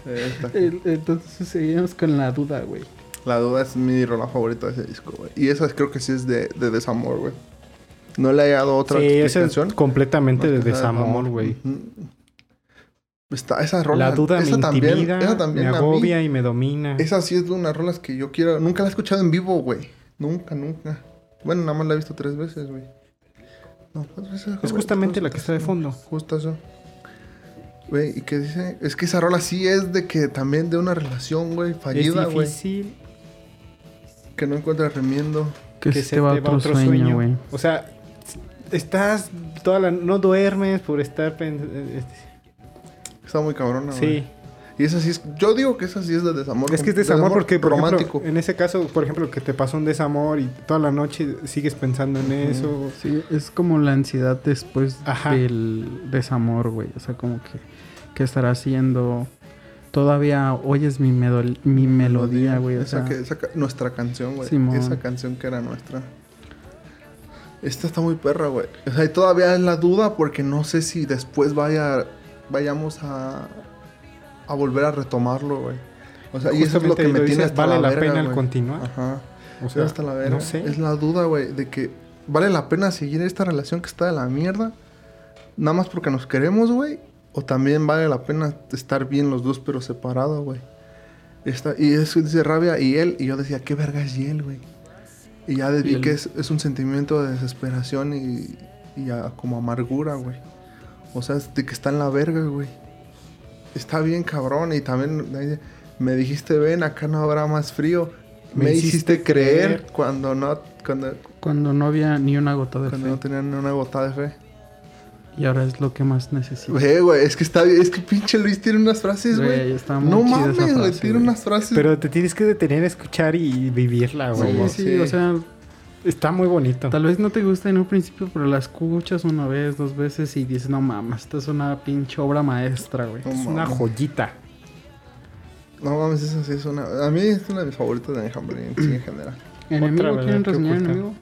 Eh, está.
El- Entonces seguimos con la duda, güey.
La duda es mi rola favorita de ese disco, güey. Y esa creo que sí es de, de desamor, güey. No le he dado otra
Sí, esa es
explicación.
completamente
Más
de
que nada
desamor, güey.
Ujú. Está, esa rola.
La duda me
esa también-
intimida,
esa también
me
a mí-
agobia y me domina.
Esa sí es de unas rolas que yo quiero. Nunca la he escuchado en vivo, güey. Nunca, nunca. Bueno, nada más la he visto tres veces, güey. No, cuatro veces,
Es
güey.
justamente la que
pues,
está de fondo.
Justo eso. Güey, ¿y qué dice? Es que esa rola sí es de que también de una relación, güey, fallida,
es
güey.
difícil
Que no encuentra remiendo.
Que, se, te va otro, sueño, güey.
O sea, estás toda la no duermes por estar pen- eh, este,
Está muy cabrona, güey.
sí.
Y esa sí es. Yo digo que esa sí es de desamor.
Es que es
de
desamor porque, por ejemplo,
romántico.
en ese caso, por ejemplo, que te pasó un desamor y toda la noche sigues pensando en eso.
Sí, es como la ansiedad después
Ajá.
del desamor, güey. O sea, como que, que estará haciendo. Todavía oyes mi, medol- mi melodía, güey. O
Esa
sea,
que- esa ca- nuestra canción, güey.
Simón.
Esa canción que era nuestra. Esta está muy perra, güey. O sea, y todavía es la duda porque no sé si después vaya, vayamos a, a volver a retomarlo, güey. O sea, y eso es lo
Justamente
que
ahí
me tiene
dices,
hasta
vale la,
verga,
pena el
güey.
continuar.
Ajá.
O sea,
hasta la verga.
no sé.
Es la duda, güey, de que vale la pena seguir esta relación que está de la mierda. Nada más porque nos queremos, güey. O también vale la pena estar bien los dos, pero separados, güey. Está- y eso dice rabia y él. Y yo decía, ¿qué verga es él, güey? Y ya vi
Hiel.
que es, es un sentimiento de desesperación y, y a- como amargura, güey. O sea, es de que está en la verga, güey. Está bien, cabrón. Y también ahí de- me dijiste, ven, acá no habrá más frío.
Me
Me, hiciste,
hiciste
creer,
creer.
cuando no cuando,
cuando no había ni una gota de
cuando no
fe.
tenían ni una gota de fe.
Y ahora es lo que más necesito.
Güey, güey, es que está bien. Es que pinche Luis tiene unas frases,
Güey,
güey.
está muy
No
chida esa
mames, güey.
frase,
Tiene
güey.
unas frases.
Pero te tienes que detener a escuchar y vivirla, güey.
Como-
Sí, sí,
sí.
o sea,
Está muy bonito.
tal vez no te gusta en un principio, pero la escuchas una vez, dos veces y dices, no mames, esta es una pinche obra maestra, güey.
No
Es una
mames.
joyita.
No mames, esa sí es una. A mí es una de mis favoritas de Enjambre sí, en general.
¿Enemigo?
verdad
¿Quieren
que
reseñar
ocultar.
enemigo?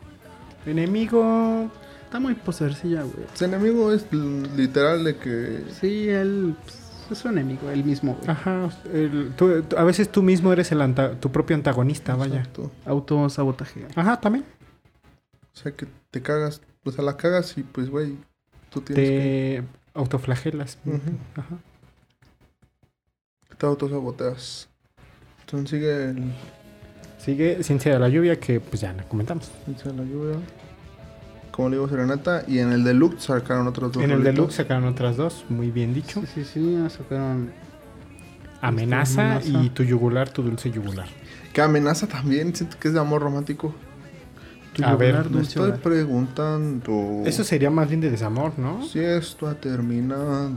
Enemigo.
Está muy posercilla, güey.
Su enemigo es l- literal de que.
Sí, él pues, es su enemigo, él mismo, güey.
Ajá. el- tú- tú- a veces tú mismo eres el anta- tu propio antagonista, vaya.
Exacto.
Autosabotaje.
Ajá, también.
O sea, que te cagas. O sea, la cagas y pues, güey, tú tienes que.
Te autoflagelas.
Ujú.
Ajá.
Te autosaboteas. Entonces sigue el.
Sigue Ciencia de la Lluvia, que pues ya la comentamos.
Dice la lluvia. Como le digo, Serenata. Y en el Deluxe sacaron otros dos.
en el
rolitos.
deluxe sacaron otras dos, muy bien dicho.
Sí, sí, sí, ya sacaron.
Amenaza,
Amenaza.
y tu yugular, tu dulce yugular.
Que amenaza también. Siento que es de amor romántico.
Tu
A ver,
yugular
Me
dulce,
estoy
¿verdad?
preguntando.
Eso sería más bien de desamor, ¿no?
Si esto ha terminado.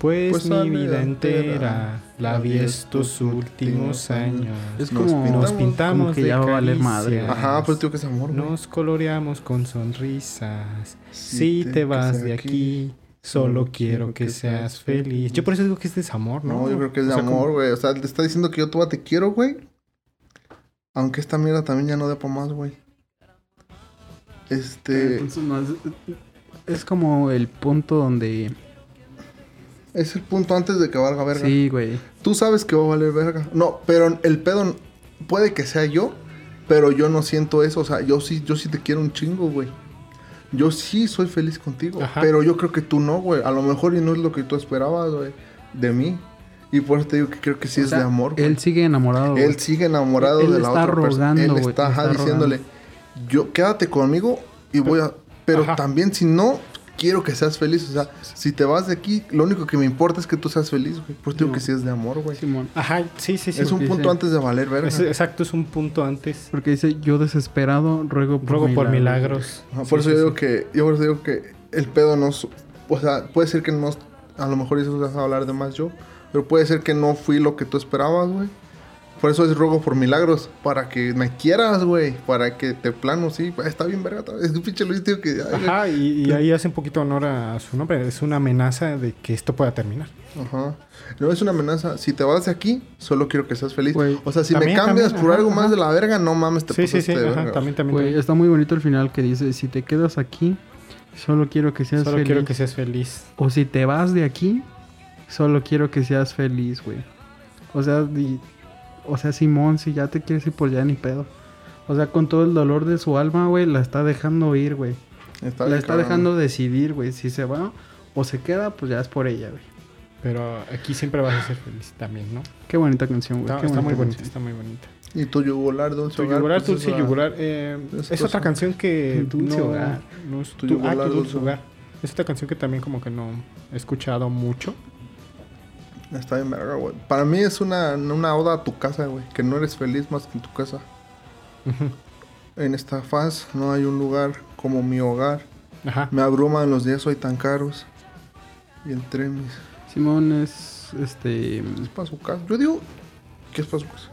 Pues,
Pues
mi
sale
vida entera
entera,
la vi estos últimos años.
Es
Nos
como.
Nos
pintamos,
pintamos
como que
de
ya va a valer
caricias.
madre.
Ajá, pues digo que es amor. güey.
Nos coloreamos con sonrisas. Si
Si
te
te
vas
quedas
de
aquí,
aquí, solo quiero que seas feliz. Yo por eso digo que es desamor, ¿no?
No, yo creo que es de
O sea, como-
amor, güey. O sea, te está diciendo que yo todavía te quiero, güey. Aunque esta mierda también ya no da para más, güey. Este.
Entonces, no, es, es como el punto donde.
Es el punto antes de que valga verga.
Sí, güey.
Tú sabes que va a valer verga. No, pero el pedo puede que sea yo, pero yo no siento eso. O sea, yo sí, yo sí te quiero un chingo, güey. Yo sí soy feliz contigo,
Ajá.
pero yo creo que tú no, güey. A lo mejor y no es lo que tú esperabas, güey, de mí. Y por eso te digo que creo que sí
O
es
sea,
de amor, güey.
Él sigue enamorado. güey.
Él sigue enamorado
Él
de la
está
otra persona.
rogando,
Él
güey,
está, ajá,
está
diciéndole, yo quédate conmigo y voy a. Pero
Ajá.
también si no quiero que seas feliz, o sea, si te vas de aquí, lo único que me importa es que tú seas feliz, güey. Pues digo
No.
que sí es de amor, güey.
Simón.
Ajá, sí, sí, sí.
es un
sí,
punto
sí.
antes de valer verga.
Es- exacto, es un punto antes.
Porque dice: Yo desesperado ruego por
Ruego por
milagros.
milagros.
Ajá,
Sí,
por eso
sí,
yo
sí.
digo que, yo por eso digo que el pedo no, su- o sea, puede ser que no, a lo mejor eso vas a hablar de más yo, pero puede ser que no fui lo que tú esperabas, güey. Por eso es ruego por milagros, para que me quieras, güey, para que te plano, sí, pues, está bien verga, está- es un pinche Luis, tío, que... ay, güey.
Ajá, y, y ahí hace un poquito honor a su nombre. Es una amenaza de que esto pueda terminar.
Ajá. No es una amenaza, si te vas de aquí, solo quiero que seas feliz.
Güey,
o sea, si
también,
me cambias
también,
por
ajá,
algo
ajá.
más de la verga, no mames, te
Sí, sí, sí.
pasaste de
ajá,
verga.
también, también.
Güey,
también.
está muy bonito el final que dice: Si te quedas aquí, solo quiero que seas
Solo
feliz.
quiero que seas feliz.
O si te vas de aquí, solo quiero que seas feliz, güey. O sea, di- o sea, Simón, si ya te quieres ir por allá, ni pedo. O sea, con todo el dolor de su alma, güey, la está dejando ir, güey.
Está
La
bien,
está
cabrón.
dejando decidir, güey. Si se va o se queda, pues ya es por ella, güey.
Pero aquí siempre vas a ser feliz también, ¿no?
Qué bonita canción, güey.
Está,
qué
está muy
bonita
bonita,
canción.
está muy bonita.
Y tu yugular, dulce
Tu
hogar,
yugular,
pues, es
dulce
la-
yugular. eh,
es
es
cosa.
otra canción que.
Dulce
no,
hogar.
no es
Tu
tu, ah,
yugular,
tu dulce
dulce
hogar. Es otra canción que también como que no he escuchado mucho.
Está bien verga, güey. Para mí es una, una oda a tu casa, güey. Que no eres feliz más que en tu casa.
Ujú.
En esta faz no hay un lugar como mi hogar.
Ajá.
Me abruman los días hoy tan caros. Y entre mis...
Simón es más, este...
Es para su casa. Yo digo que es para su casa.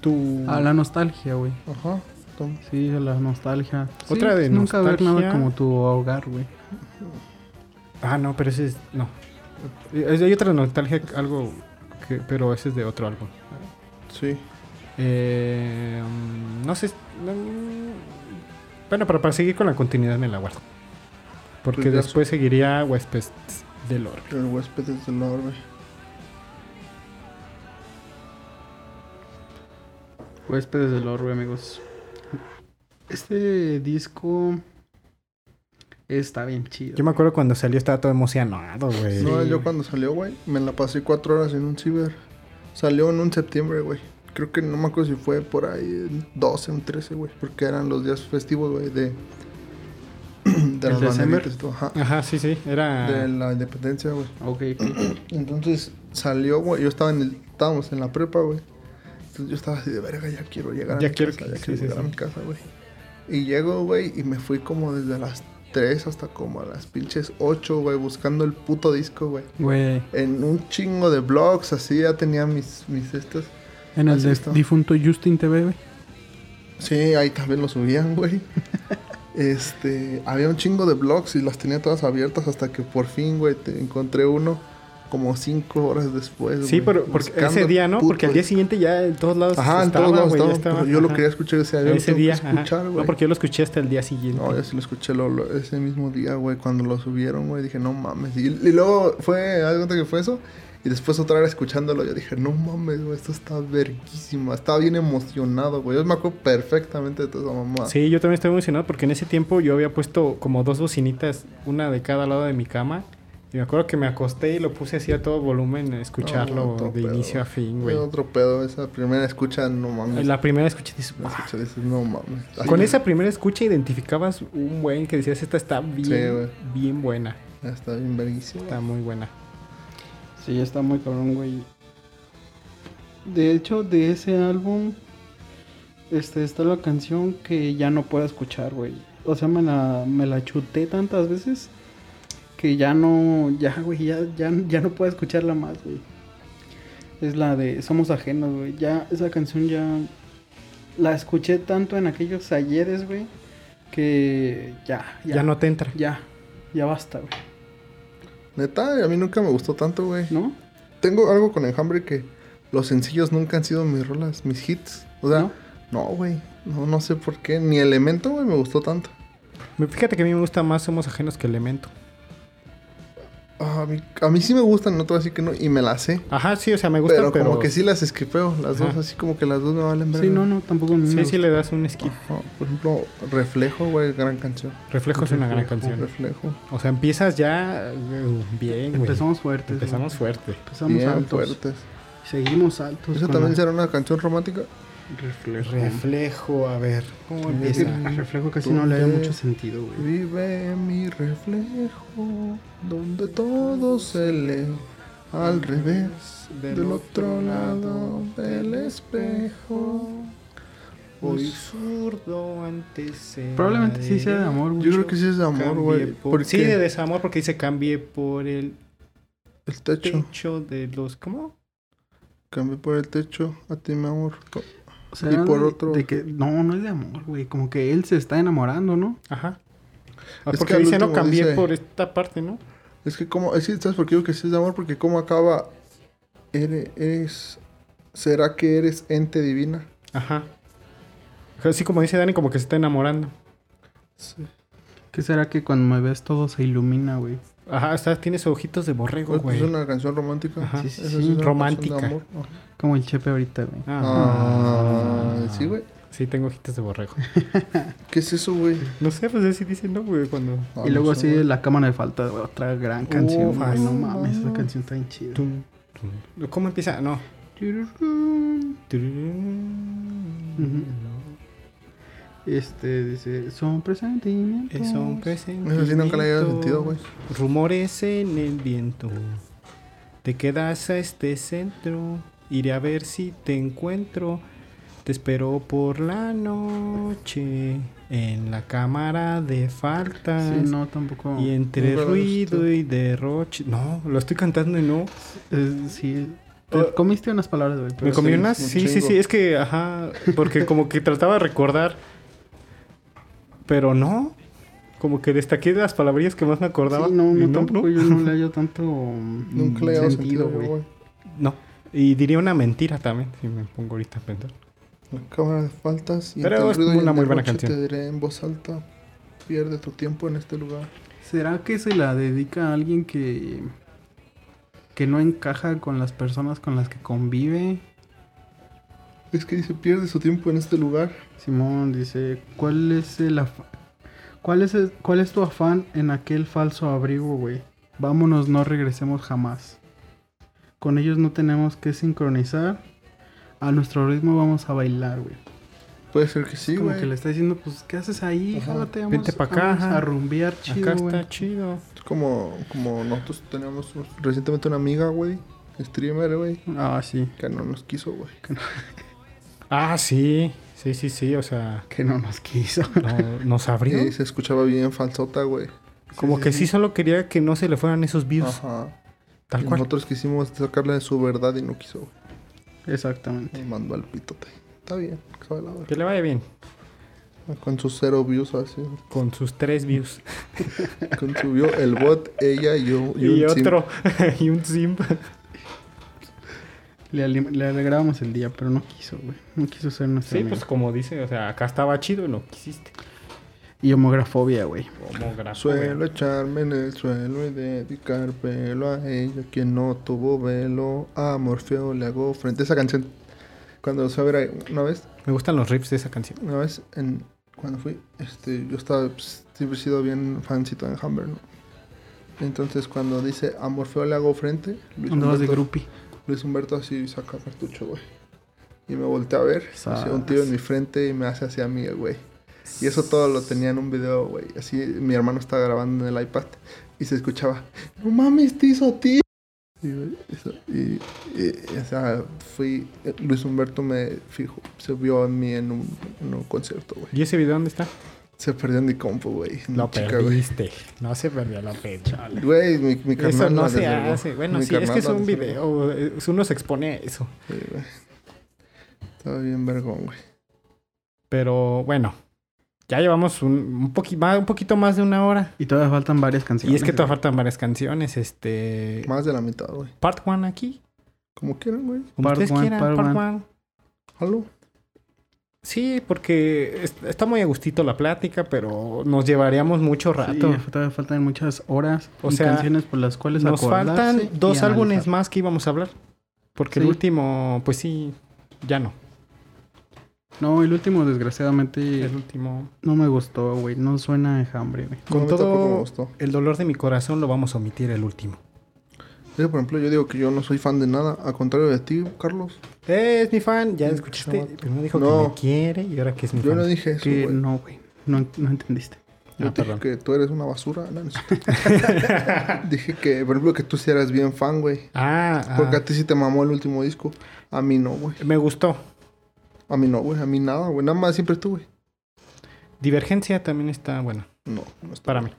Tu...
A la nostalgia, güey.
Ajá. toma.
Sí, a la nostalgia. Sí,
Otra de
pues, Nunca ver nada
nostalgia.
como tu hogar, güey.
Ah, no, pero ese es... No. Eh, Hay otra nostalgia, algo... Que, pero ese es de otro álbum.
Sí.
Eh, mm, no sé. no, mm, bueno, pero para seguir con la continuidad me la guardo. Porque
Pues ya
después seguiría Huéspedes del Orbe.
El huésped es del orbe.
Huéspedes del Orbe, amigos. Este disco está bien chido.
Yo me acuerdo cuando salió estaba todo emocionado, güey.
No,
Sí,
yo
güey.
cuando salió, güey, me la pasé cuatro horas en un ciber. Salió en un septiembre, güey. Creo que no me acuerdo si fue por ahí el 12 o un 13, güey. Porque eran los días festivos, güey, de... de las
de
banderitas y todo, ajá.
Ajá, sí, sí. Era.
De la independencia, güey.
Ok,
Entonces salió, güey. Yo estaba en el... Estábamos en la prepa, güey. Entonces yo estaba así de verga, ya quiero llegar a
Ya
mi
quiero
casa.
que-
Ya
sí,
quiero
sí,
llegar a
sí.
mi casa, güey. Y llego, güey, y me fui como desde las 3 hasta como a las pinches 8, güey, buscando el puto disco, güey
Güey,
en un chingo de blogs, así ya tenía mis, mis estos.
en el
Así
de-
está.
difunto Justin TV, güey.
Sí, ahí también lo subían, güey. este, había un chingo de blogs y las tenía todas abiertas hasta que por fin, güey, te encontré uno como cinco horas después.
Sí,
güey,
pero porque
buscando
ese día,
el
¿no?
puto
Porque al día
disco.
siguiente ya en todos lados.
Ajá, en
estaba,
todos lados
güey, ya
estaba,
estaba,
pero yo lo
ajá.
quería escuchar ese día. yo lo
Ese
tengo que
día. ajá.
escuchar,
no,
güey.
porque yo lo escuché hasta el día siguiente.
No, yo sí lo escuché lo- lo- ese mismo día, güey, cuando lo subieron, güey, dije, no mames. Y, y luego fue, haz de cuenta que fue eso. Y después otra vez escuchándolo, yo dije, no mames, güey, esto está verguísima. Estaba bien emocionado, güey. Yo me acuerdo perfectamente de toda esa mamá.
Sí, yo también estoy emocionado porque en ese tiempo yo había puesto como dos bocinitas, una de cada lado de mi cama. Y me acuerdo que me acosté y lo puse así a todo volumen, a escucharlo de inicio a fin, güey.
otro pedo, esa primera escucha, no mames.
La primera escuché dices,
La
"Wow".
escucha, dices, no mames.
Con
Así,
esa primera escucha identificabas un buen que decías, esta está bien,
Sí, güey.
bien buena.
Está bien verguísima.
Está muy buena.
Sí, está muy cabrón, güey. De hecho, de ese álbum, este, está la canción que ya no puedo escuchar, güey. O sea, me la, me la chuté tantas veces que ya no, ya, güey, ya, ya, ya no puedo escucharla más, güey. Es la de Somos Ajenos, güey. Ya, esa canción ya la escuché tanto en aquellos ayeres, güey, que ya, ya,
Ya, no te entra.
ya, ya basta, güey.
Neta, a mí nunca me gustó tanto, güey.
¿No?
Tengo algo con Enjambre que los sencillos nunca han sido mis rolas, mis hits. O sea,
¿No?
No, güey. No, no sé por qué. Ni Elemento, güey, me gustó tanto.
Me- Fíjate que a mí me gusta más Somos Ajenos que Elemento.
Ah, a, mí, a mí sí me gustan, no te voy a decir que no. Y me las sé.
Ajá, sí, o sea, me gusta, pero...
pero, como que sí las esquipeo. Las dos,
Ajá.
así como que las dos me valen ver.
Sí, no, no, tampoco me
Sí,
gusta.
sí le das un skip.
por ejemplo, Reflejo, güey, gran canción.
Reflejo es una gran canción.
Reflejo.
O sea, empiezas ya eh, bien, güey.
Empezamos fuertes.
Empezamos
güey.
fuerte.
Empezamos
bien
altos.
fuertes.
Seguimos altos.
¿Eso
con
también
la-
será una canción romántica?
Reflejo.
Reflejo, a ver. ¿Cómo empieza?
El reflejo casi no le da
Donde-
mucho sentido, güey.
Vive mi reflejo, donde todo se lee al revés. Del otro lado del espejo.
Hoy zurdo antes. era
Probablemente sí sea de
derecho.
amor, güey.
Yo creo que sí es de amor,
Cambie
güey.
por-
Porque
Sí, de desamor, porque dice cambie por el
el techo.
techo de los. ¿Cómo?
Cambié por el techo, a ti mi amor. Co-
O sea,
Y por
de-
otro-
de que- no, no es de amor, güey. Como que él se está enamorando, ¿no?
Ajá. Ah,
Es
porque
que al
dice no
último
cambié
dice-
por esta parte, ¿no?
Es que como, es que sabes por qué digo que sí es de amor, porque cómo acaba, eres, eres- será que eres ente divina.
Ajá. Así como dice Dani, como que se está enamorando.
¿Qué será que cuando me ves todo se ilumina, güey?
Ajá, está, tiene sus ojitos de borrego,
Pues, pues,
güey.
es una canción romántica.
Ajá.
Sí, sí,
Esa es
sí.
una canción de
Romántica.
amor. Ajá.
Como el Chepe ahorita, güey.
Ah, sí, güey.
Sí, tengo ojitos de borrego.
¿Qué es eso, güey?
No sé, pues así dicen, ¿no, güey? Cuando...
Ah,
y luego
no sé,
sí,
güey.
La Cámara de Falta, güey, otra gran canción.
Uf,
güey.
no
no mames, esa
mames.
canción está bien chida.
Tum, tum. ¿Cómo empieza? No.
Tururún.
Tururún.
Este dice, son presentimientos.
Es un presente.
Eso sí nunca le había sentido, güey.
Rumores en el viento. Te quedas a este centro. Iré a ver si te encuentro. Te espero por la noche en la cámara de faltas.
Sí, no, tampoco.
Y entre
Nunca lo he
ruido y derroche. No, lo estoy cantando y no.
Eh, sí. Te
Oh.
comiste unas palabras, güey. pero
Me comí
sí,
unas.
un
Sí, sí,
chingo.
sí. Es que, ajá. Porque como que trataba de recordar. Pero no. Como que destaqué las palabrillas que más me acordaba.
Sí, no,
y
no, tampoco yo no le hallo tanto mm,
Nunca le he dado sentido,
güey.
güey.
No. Y diría una mentira también, si me pongo ahorita a pensar.
La cámara de faltas y
Pero
entre el
es
ruido y
una
el
muy buena
derroche
canción.
Te diré en voz alta, pierde tu tiempo en este lugar.
¿Será que se la dedica a alguien que que no encaja con las personas con las que convive?
Es que dice, pierde su tiempo en este lugar.
Simón dice, ¿cuál es el afa- ¿Cuál es, el- ¿Cuál es tu afán en aquel falso abrigo, güey? Vámonos, no regresemos jamás. Con ellos no tenemos que sincronizar. A nuestro ritmo vamos a bailar, güey.
Puede ser que sí,
Como
güey.
que le está diciendo, pues, ¿qué haces ahí?
Ajá.
Jálate, vamos,
Vente pa' acá,
vamos
ajá.
a rumbear chido,
Acá
güey.
está chido.
Es como, como nosotros teníamos recientemente una amiga, güey. Streamer, güey.
Ah, sí.
Que no nos quiso, güey.
Ah, sí. Sí, sí, sí. O sea,
Que no nos quiso.
no- nos abrió.
Y se escuchaba bien falsota, güey.
Como que sí, solo quería que no se le fueran esos views.
Ajá.
Tal
Y
cual.
nosotros quisimos sacarle de su verdad y no quiso, güey.
Exactamente.
Me mandó al pitote. Está bien, cabe la
Que le vaya bien.
verga. Con sus cero views, así.
Con sus tres views.
Con su view, el bot, ella y yo.
Y,
un sim.
otro. y un simp.
Le, alim- le alegrábamos el día, pero no quiso, güey. No quiso ser nuestra
Sí,
amiga.
pues como dice, o sea, acá estaba chido y lo quisiste.
Y homografobia, güey.
Como grafo, güey.
Suelo echarme en el suelo y dedicar pelo a ella, quien no tuvo velo. A Morfeo le hago frente. Esa canción, cuando los fui a ver una vez,
Me gustan los riffs de esa canción.
una vez, en, cuando fui, este, yo estaba, pues, siempre he sido bien fancito en Humber, ¿no? Entonces, cuando dice A Morfeo le hago frente, Luis,
Andabas de
Humberto,
grupi.
Luis Humberto así saca cartucho, güey. Y me volteé a ver,
Sas.
hacía un tiro en mi frente y me hace hacia mí, güey. Y eso todo lo tenía en un video, güey. Así mi hermano estaba grabando en el iPad y se escuchaba, no mames, te hizo tío. Y, güey, eso, y, y- y, o sea, fui, eh, Luis Humberto me fijo, se vio en mí en un, en un concierto, güey.
¿Y ese video dónde está?
Se perdió en mi compu, güey. en
Lo
mi chica, güey.
perdiste. No se perdió, lo perdí.
Güey, mi, mi carnal
Eso no
la
se
desvergó.
hace. Bueno,
Mi
sí, es
carnal
que es
la
un
desvergó.
video. eh, Uno se expone a eso.
Sí, güey. Estaba bien vergón, güey.
Pero bueno, ya llevamos un, un, poqui- va- un poquito más de una hora.
Y todavía faltan varias canciones.
Y es que
güey.
todavía faltan varias canciones. Este.
Más de la mitad, güey.
Part 1 aquí.
Como quieran, güey.
Como
Part
ustedes
one,
quieran.
part
Part
one.
1.
Halo.
Sí, porque es- está muy a gustito la plática, pero nos llevaríamos mucho rato.
Sí, todavía faltan muchas horas
O
y
sea,
canciones por las cuales
Nos
acordarse
faltan
y
dos
analizar.
álbumes más que íbamos a hablar. Porque el
Sí.
último, pues sí, ya no.
No, el último desgraciadamente
El último.
no me gustó, güey. No suena a enjambre, güey.
No, a
Con
mí tampoco me
todo
gustó.
el dolor de mi corazón lo vamos a omitir el último.
Yo, por ejemplo, yo digo que yo no soy fan de nada, al contrario de ti, Carlos.
Es mi fan, ya
Sí,
escuchaste.
chamaco.
Primero dijo
No.
que me quiere y ahora que es mi
Yo
fan.
no dije eso,
Que
güey.
no, güey. No, ent- no entendiste.
Yo
Ah,
te dije
perdón.
que tú eres una basura. no, no es cierto. dije que, por ejemplo, que tú sí eras bien fan, güey.
Ah, ah,
Porque a ti sí te mamó el último disco. A mí no, güey.
me gustó.
A mí no, güey. A mí nada, güey. Nada más siempre tú, güey.
Divergencia también está buena
No, no está.
para mí.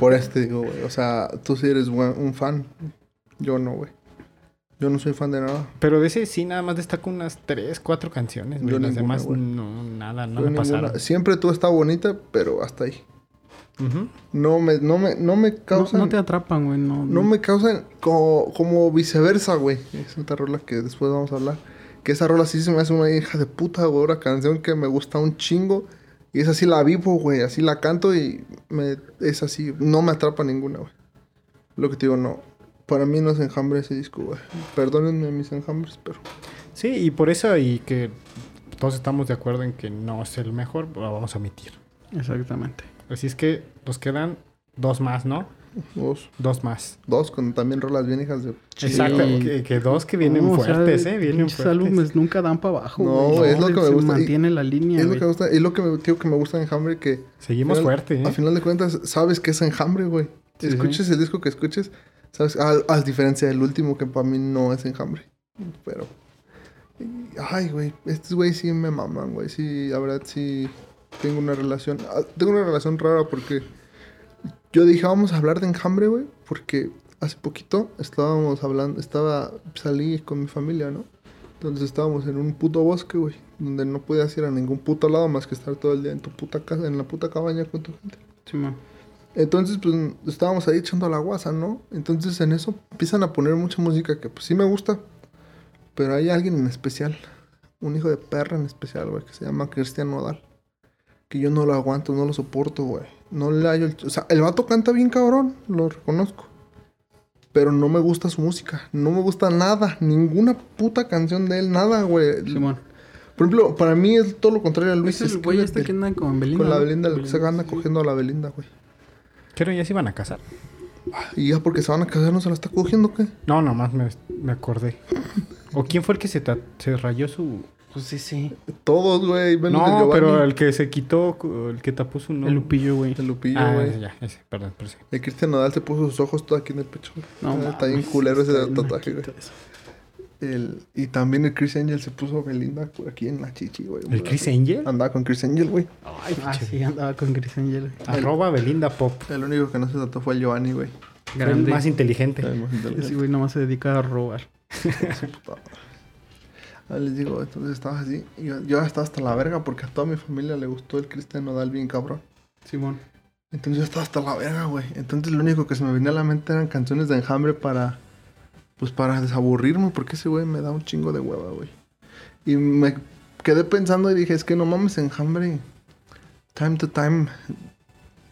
Por este digo, güey. O sea, tú sí eres buen- un fan. Yo no, güey. Yo no soy fan de nada.
Pero de ese sí, nada más destaco unas 3, 4 canciones. güey.
Yo
Las
ninguna,
demás,
güey.
no, nada, no
Yo
me pasaron.
ninguna- Siempre tú estás bonita, pero hasta ahí.
Ujú.
No me, no me, no me
No,
causan.
no te atrapan, güey. No,
No me causan como, como viceversa, güey. Es otra rola que después vamos a hablar. Que esa rola sí se me hace una hija de puta, güey. Una canción que me gusta un chingo. Y esa sí la vivo, güey. Así la canto y me, es así. No me atrapa ninguna, güey. Lo que te digo, no. Para mí no es enjambre ese disco, güey. Perdónenme mis enjambres, pero...
Sí, y por eso, y que todos estamos de acuerdo en que no es el mejor, lo vamos a omitir.
Exactamente.
Así es que nos quedan dos más, ¿no?
Dos,
Dos más.
dos con también rolas bien hijas de...
Exacto. Que, que dos que vienen
Uh,
No, o sea,
fuertes, ¿eh? Vienen
pinches
fuertes.
álbumes nunca dan para abajo,
No,
güey.
es lo que me
se
gusta.
mantiene la línea,
Es lo
güey.
que me gusta, es lo que me, digo que me gusta de enjambre que...
Seguimos
Final-
fuerte, ¿eh?
A final de cuentas, sabes que es enjambre, güey.
Sí,
escuches el disco que escuches, sabes, a, a diferencia del último, que para mí no es enjambre. Pero Ay, güey. Estos güey sí me maman, güey. Sí, la verdad sí. Tengo una relación. ah, Tengo una relación rara porque. Yo dije, vamos a hablar de enjambre, güey. Porque hace poquito estábamos hablando. Estaba. Salí con mi familia, ¿no? Entonces estábamos en un puto bosque, güey. Donde no podías ir a ningún puto lado más que estar todo el día en tu puta casa, en la puta cabaña con tu gente.
Simón.
Entonces, pues estábamos ahí echando la guasa, ¿no? Entonces en eso empiezan a poner mucha música que pues sí me gusta. Pero hay alguien en especial, un hijo de perra en especial, güey, que se llama Cristian Nodal. Que yo no lo aguanto, no lo soporto, güey. No le hallo el... ch- O sea, el vato canta bien cabrón, lo reconozco. Pero no me gusta su música, no me gusta nada, ninguna puta canción de él, nada, güey.
Simón.
Por ejemplo, para mí es todo lo contrario a Luis.
Ese es el güey
que
este
del-
que anda con Belinda. Pues
Con la
¿no?
Belinda, el que se anda cogiendo a la Belinda, güey.
Pero ya se iban a casar.
Y ya porque se van a casar, ¿no se la está cogiendo o qué?
No, nomás me, me acordé. ¿O quién fue el que se, ta- se rayó su...? Pues sí, sí.
Todos, güey, menos el
No,
Giovanni.
pero el que se quitó, cu- el que tapó su
El
nombre.
Lupillo, güey.
El Lupillo,
ah,
güey.
ya, ese, perdón, por sí.
El Cristian Nadal se puso sus ojos todo aquí en el pecho. güey.
No,
Ah, está bien
mames,
culero ese
está bien
tatuaje, güey.
naquito eso.
El- y también el Chris Angel se puso Belinda güey, aquí en la chichi, güey.
¿El Chris Angel?
Andaba con Chris Angel, güey.
Ay,
Ah,
pinche.
sí, andaba con Chris Angel.
Arroba Belinda Pop.
El único que no se tatuó fue el Giovanni, güey.
El
Grande.
más inteligente.
El más inteligente.
Ese güey nomás se dedica a robar.
puta madre. Ah, les digo, entonces estaba así. y Yo, yo estaba hasta la verga porque a toda mi familia le gustó el Cristian Nodal bien cabrón.
Simón.
Entonces yo estaba hasta la verga, güey. Entonces lo único que se me venía a la mente eran canciones de enjambre para. Pues para desaburrirme, porque ese güey me da un chingo de hueva, güey. Y me quedé pensando y dije, es que no mames, enjambre. Time to time.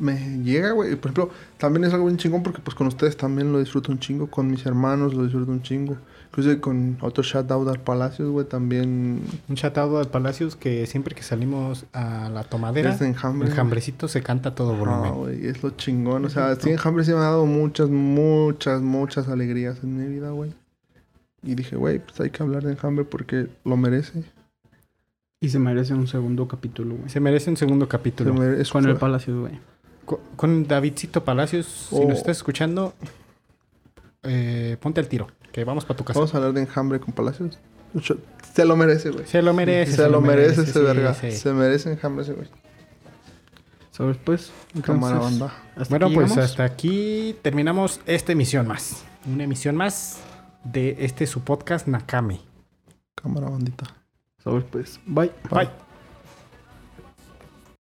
Me llega, güey. Y, Por ejemplo, también es algo bien chingón porque pues con ustedes también lo disfruto un chingo. Con mis hermanos lo disfruto un chingo. Incluso con otro shout out al Palacios, güey, también.
Un chatado de Palacios que siempre que salimos a la tomadera,
Es de enjambre.
el jambrecito se canta a todo
Ah,
volumen.
güey, es lo chingón. O sea, sí, Enjambre sí me ha dado muchas, muchas, muchas alegrías en mi vida, güey. Y dije, güey, pues hay que hablar de Enjambre porque lo merece.
Y se merece un segundo capítulo, güey.
se merece un segundo
Se
capítulo.
mere- es
Con el
fue-
Palacios, güey.
Co- Con Davidcito Palacios, si
Oh.
nos estás escuchando, eh, ponte al tiro, que vamos para tu casa.
Vamos a hablar de Enjambre con Palacios. Yo- Se lo merece, güey.
Se lo merece.
Se, lo merece ese
sí,
verga.
sí.
Se merece Enjambre ese, güey.
¿Sabes, pues?
Cámara
Entonces,
banda.
hasta
Bueno,
aquí
pues
llegamos.
hasta aquí terminamos esta emisión más. Una emisión más de este su podcast Nakame.
Cámara bandita.
¿Sabes, pues? Bye.
Bye.